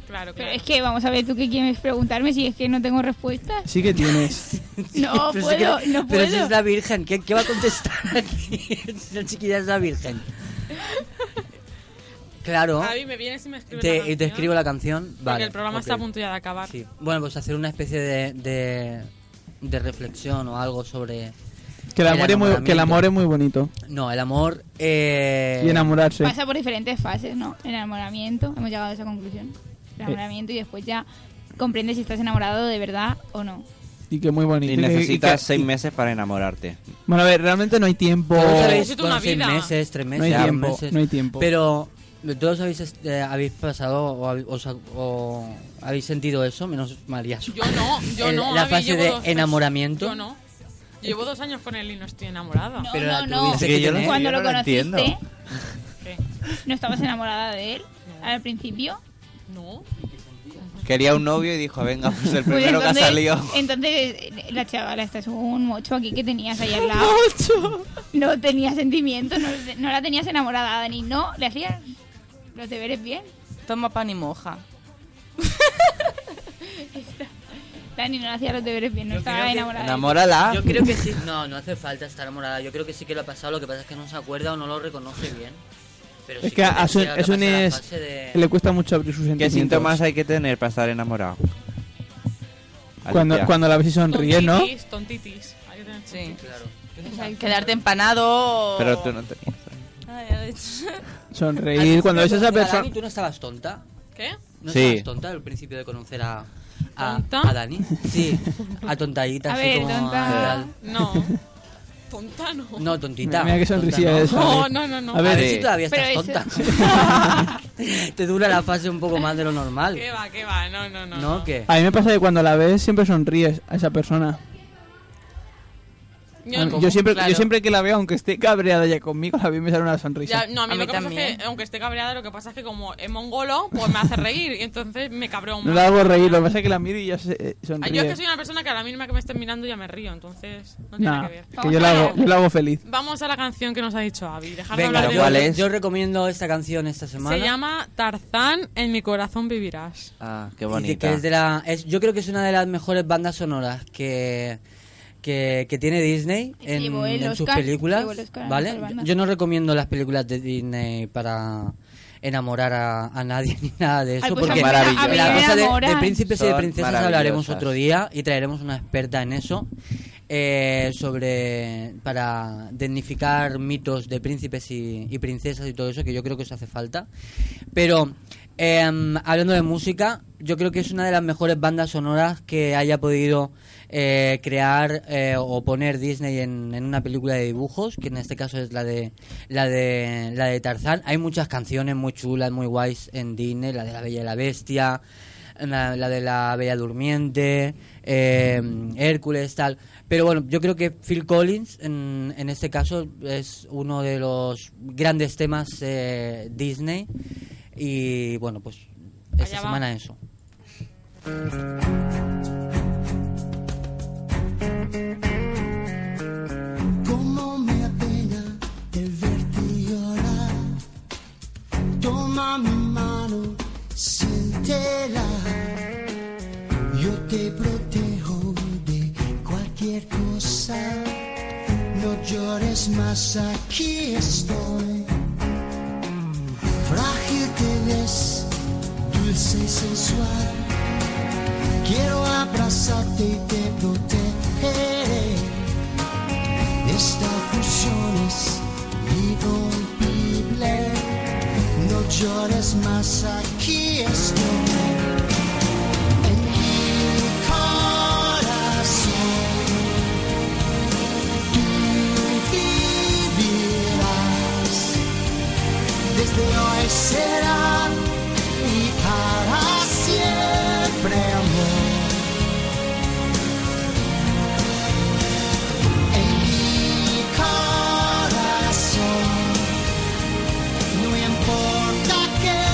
Speaker 2: Claro,
Speaker 4: Pero
Speaker 2: claro.
Speaker 4: es que vamos a ver tú qué quieres preguntarme si es que no tengo respuestas.
Speaker 6: Sí que tienes.
Speaker 2: Oh,
Speaker 4: No
Speaker 7: Pero si
Speaker 4: puedo,
Speaker 7: que-
Speaker 4: no
Speaker 7: Pero si es
Speaker 4: puedo.
Speaker 7: la virgen, ¿qué, qué va a contestar aquí? Si la chiquilla es la virgen. Claro.
Speaker 2: Avi, me vienes y me escribes.
Speaker 7: Te-
Speaker 2: la
Speaker 7: y te
Speaker 2: canción?
Speaker 7: escribo la canción.
Speaker 2: Porque
Speaker 7: Vale.
Speaker 2: el programa
Speaker 7: ok.
Speaker 2: está a punto ya de acabar.
Speaker 7: Sí. Bueno, pues hacer una especie de, de, de reflexión o algo sobre...
Speaker 6: Que el
Speaker 7: El
Speaker 6: amor, es muy, que el
Speaker 7: enamoramiento.
Speaker 6: amor es muy bonito.
Speaker 7: No, el amor... eh,
Speaker 6: Y enamorarse.
Speaker 4: Pasa por diferentes fases, ¿no? Enamoramiento, hemos llegado a esa conclusión.
Speaker 7: Eh.
Speaker 4: Enamoramiento y después ya comprendes si estás enamorado de verdad o no.
Speaker 6: Y que es muy bonito.
Speaker 9: Y
Speaker 6: que- que-
Speaker 9: necesitas
Speaker 6: que-
Speaker 9: seis meses para enamorarte.
Speaker 6: Bueno, a ver, realmente no hay tiempo.
Speaker 7: todos
Speaker 2: Pero
Speaker 7: habéis-
Speaker 2: necesito una
Speaker 7: bueno, seis
Speaker 2: vida.
Speaker 7: meses, tres meses,
Speaker 6: No hay
Speaker 7: dos
Speaker 6: tiempo,
Speaker 7: meses.
Speaker 6: no hay tiempo.
Speaker 7: Pero todos habéis, eh, habéis pasado o, habi- os ha- o habéis sentido eso, menos María.
Speaker 2: Yo no, yo
Speaker 7: El-
Speaker 2: no.
Speaker 7: La
Speaker 2: Avi,
Speaker 7: fase
Speaker 2: llevo
Speaker 7: de
Speaker 2: dos-
Speaker 7: enamoramiento.
Speaker 2: Yo no. Llevo dos años con él y no estoy enamorada.
Speaker 4: No,
Speaker 7: Pero
Speaker 4: no,
Speaker 7: la
Speaker 4: no.
Speaker 7: tuviste
Speaker 9: que yo no-
Speaker 7: tener.
Speaker 4: Cuando
Speaker 9: yo
Speaker 4: lo
Speaker 9: no lo
Speaker 4: conociste,
Speaker 9: entiendo.
Speaker 2: ¿Qué?
Speaker 4: no estabas enamorada de él al principio.
Speaker 2: No.
Speaker 9: Quería un novio y dijo, venga, pues el
Speaker 4: Pues
Speaker 9: primero que ha salido.
Speaker 4: entonces, eh, la chavala, esta es un mocho aquí que tenías ahí al lado. No tenía sentimientos, no, no la tenías enamorada, Dani. No, le hacías los deberes bien.
Speaker 3: Toma pan y moja.
Speaker 4: Dani no le hacía los deberes bien, no
Speaker 7: Yo creo
Speaker 4: estaba
Speaker 7: que-
Speaker 4: enamorada. de él.
Speaker 9: Enamórala.
Speaker 7: Yo creo que sí. No, no hace falta estar enamorada. Yo creo que sí que lo ha pasado. Lo que pasa es que no se acuerda o no lo reconoce bien. Pero
Speaker 6: Es
Speaker 7: sí
Speaker 6: que a Asun-
Speaker 7: tendría que
Speaker 6: Asun
Speaker 7: pasar la
Speaker 6: es-
Speaker 7: fase de-
Speaker 6: Le cuesta mucho abrir sus
Speaker 9: ¿Qué
Speaker 6: sentimientos.
Speaker 9: síntomas hay que tener para estar enamorado?
Speaker 6: Cuando,
Speaker 9: Alicia.
Speaker 6: cuando la ves y sonríes, ¿no?
Speaker 2: Tontitis, tontitis. Hay que tener
Speaker 3: Sí.
Speaker 7: Claro.
Speaker 3: Quedarte empanado.
Speaker 9: Pero tú no tenías.
Speaker 3: Ay, ay.
Speaker 6: Sonreír. Cuando ves a esa persona.
Speaker 7: ¿Tú Ah, no estabas tonta?
Speaker 2: ¿Qué?
Speaker 7: ¿No
Speaker 9: Sí.
Speaker 7: estabas tonta al principio de conocer a, a,
Speaker 2: ¿Tonta?
Speaker 7: a Dani? Sí, a tontadita.
Speaker 4: A
Speaker 7: así
Speaker 4: ver,
Speaker 7: como
Speaker 4: tonta.
Speaker 7: a-
Speaker 2: No. Tonta no.
Speaker 7: No, tontita.
Speaker 6: Mira qué
Speaker 7: tonta
Speaker 6: sonrisilla
Speaker 7: no.
Speaker 6: es.
Speaker 2: No, no, no, no.
Speaker 6: A
Speaker 7: A
Speaker 6: ver,
Speaker 7: ver,
Speaker 9: eh,
Speaker 7: si todavía estás
Speaker 4: pero
Speaker 7: tonta.
Speaker 4: eso-
Speaker 7: Te dura la fase un poco más de lo normal.
Speaker 2: ¿Qué va, qué va? No, no, no.
Speaker 7: ¿No? ¿Qué?
Speaker 6: A mí me pasa que cuando la ves siempre sonríes a esa persona. A mí-
Speaker 2: Yo,
Speaker 6: yo, siempre,
Speaker 7: Claro.
Speaker 6: yo siempre que la veo, aunque esté cabreada ya conmigo, la veo y me sale una sonrisa.
Speaker 2: ya, no, a mí,
Speaker 3: A
Speaker 2: lo
Speaker 3: mí
Speaker 2: que pasa es
Speaker 3: también.
Speaker 2: que, aunque esté cabreada, lo que pasa es que como es mongolo, pues me hace reír y entonces me cabreo
Speaker 6: No
Speaker 2: más.
Speaker 6: la hago reír, lo que pasa es que la miro y ya se, eh,
Speaker 2: Ah,
Speaker 6: sonríe.
Speaker 2: Yo es que soy una persona que a la mínima que me estén mirando ya me río, entonces no tiene
Speaker 6: Nah,
Speaker 2: que ver.
Speaker 6: que yo la hago, yo la hago feliz.
Speaker 2: Vamos a la canción que nos ha dicho Avi. Dejadme
Speaker 7: Venga,
Speaker 2: hablar de
Speaker 7: yo,
Speaker 9: ¿cuál es?
Speaker 7: yo recomiendo esta canción esta semana.
Speaker 2: Se llama Tarzán, en mi corazón vivirás.
Speaker 9: Ah, qué
Speaker 7: Y de
Speaker 9: bonita.
Speaker 7: que es de la- es- yo creo que es una de las mejores bandas sonoras que, que, que tiene Disney
Speaker 4: Se
Speaker 7: en,
Speaker 4: llevó el
Speaker 7: en sus
Speaker 4: Oscar,
Speaker 7: películas.
Speaker 4: llevó el Oscar a
Speaker 7: ¿vale?
Speaker 4: mejor banda.
Speaker 7: Yo no recomiendo las películas de Disney para enamorar a, a nadie ni nada de eso.
Speaker 4: Ay, pues
Speaker 7: porque
Speaker 9: a mí me- a mí
Speaker 7: la
Speaker 9: me
Speaker 7: cosa de,
Speaker 4: enamoran.
Speaker 7: de príncipes y de
Speaker 9: Son
Speaker 7: princesas hablaremos
Speaker 9: maravillosas.
Speaker 7: otro día y traeremos una experta en eso. eh, sobre para dignificar mitos de príncipes y, y princesas y todo eso que yo creo que os hace falta pero em, hablando de música, yo creo que es una de las mejores bandas sonoras que haya podido eh, crear eh, o poner Disney en, en una película de dibujos, que en este caso es la de la de la de Tarzán. Hay muchas canciones muy chulas, muy guays en Disney, la de la Bella y la Bestia, la, la de la Bella Durmiente, eh, Hércules, tal. Pero bueno, yo creo que Phil Collins, en, en este caso, es uno de los grandes temas eh, Disney. Y bueno, pues esta
Speaker 2: Allá va.
Speaker 7: semana eso.
Speaker 1: Cómo me apena el verte llorar. Toma mi mano, siéntela. Yo te protejo de cualquier cosa. No llores más, aquí estoy. Frágil te ves, dulce y sensual. Quiero abrazarte y te protegeré. Esta fusión es irrompible. No llores más, aquí estoy. En mi corazón tú vivirás. Desde hoy será y para siempre amor. En mi corazón no importa qué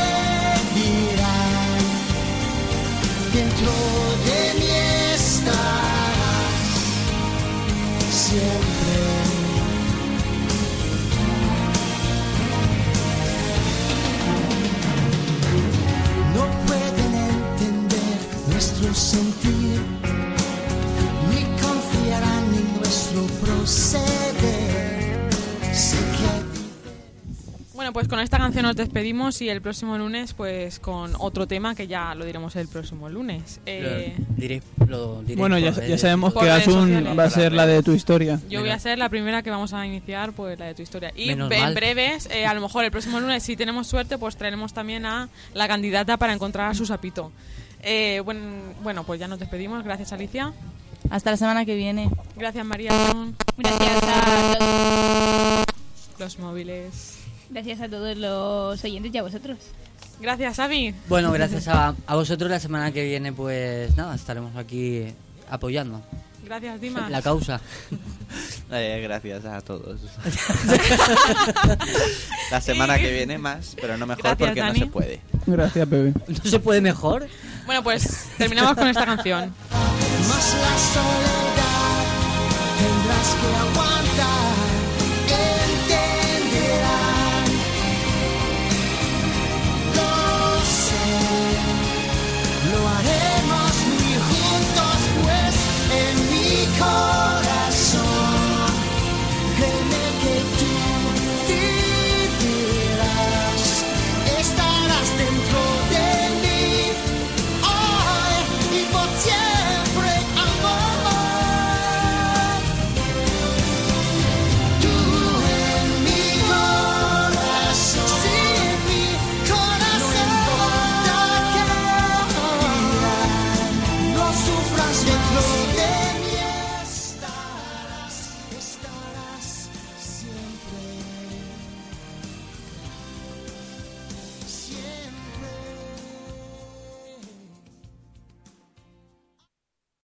Speaker 1: dirán, dentro de mí estarás siempre. No pueden entender nuestro sentir ni confiarán en nuestro proceder. Sé que hay
Speaker 2: Bueno, pues con esta canción nos despedimos y el próximo lunes, pues con otro tema que ya lo diremos el próximo lunes. Eh,
Speaker 7: Lo diré- lo diré
Speaker 6: Bueno,
Speaker 7: por
Speaker 6: ya,
Speaker 7: redes
Speaker 6: ya sabemos
Speaker 2: Por
Speaker 6: que
Speaker 2: redes
Speaker 6: Asun
Speaker 2: sociales.
Speaker 6: va a ser la de tu historia.
Speaker 2: Yo voy a ser la primera que vamos a iniciar, pues la de tu historia. Y
Speaker 7: Menos
Speaker 2: ve- en
Speaker 7: mal.
Speaker 2: breves, eh, a lo mejor el próximo lunes, si tenemos suerte, pues traeremos también a la candidata para encontrar a su sapito. Eh, buen- bueno, pues ya nos despedimos. Gracias, Alicia.
Speaker 3: Hasta la semana que viene.
Speaker 2: Gracias, María.
Speaker 4: Gracias a, todos,
Speaker 2: Los móviles.
Speaker 4: gracias a todos los oyentes y a vosotros.
Speaker 2: Gracias, Avi.
Speaker 7: Bueno, gracias a, a vosotros la semana que viene, pues nada, estaremos aquí apoyando
Speaker 2: Gracias, Dimas.
Speaker 7: la causa.
Speaker 9: Eh, gracias a todos. la semana que viene más, pero no mejor
Speaker 2: Gracias,
Speaker 9: porque
Speaker 2: Dani.
Speaker 9: no se puede.
Speaker 6: Gracias, Pepe.
Speaker 7: ¿No se puede mejor?
Speaker 2: Bueno, pues terminamos con esta canción.
Speaker 1: más la soledad tendrás que aguantar.
Speaker 10: pues, Oh,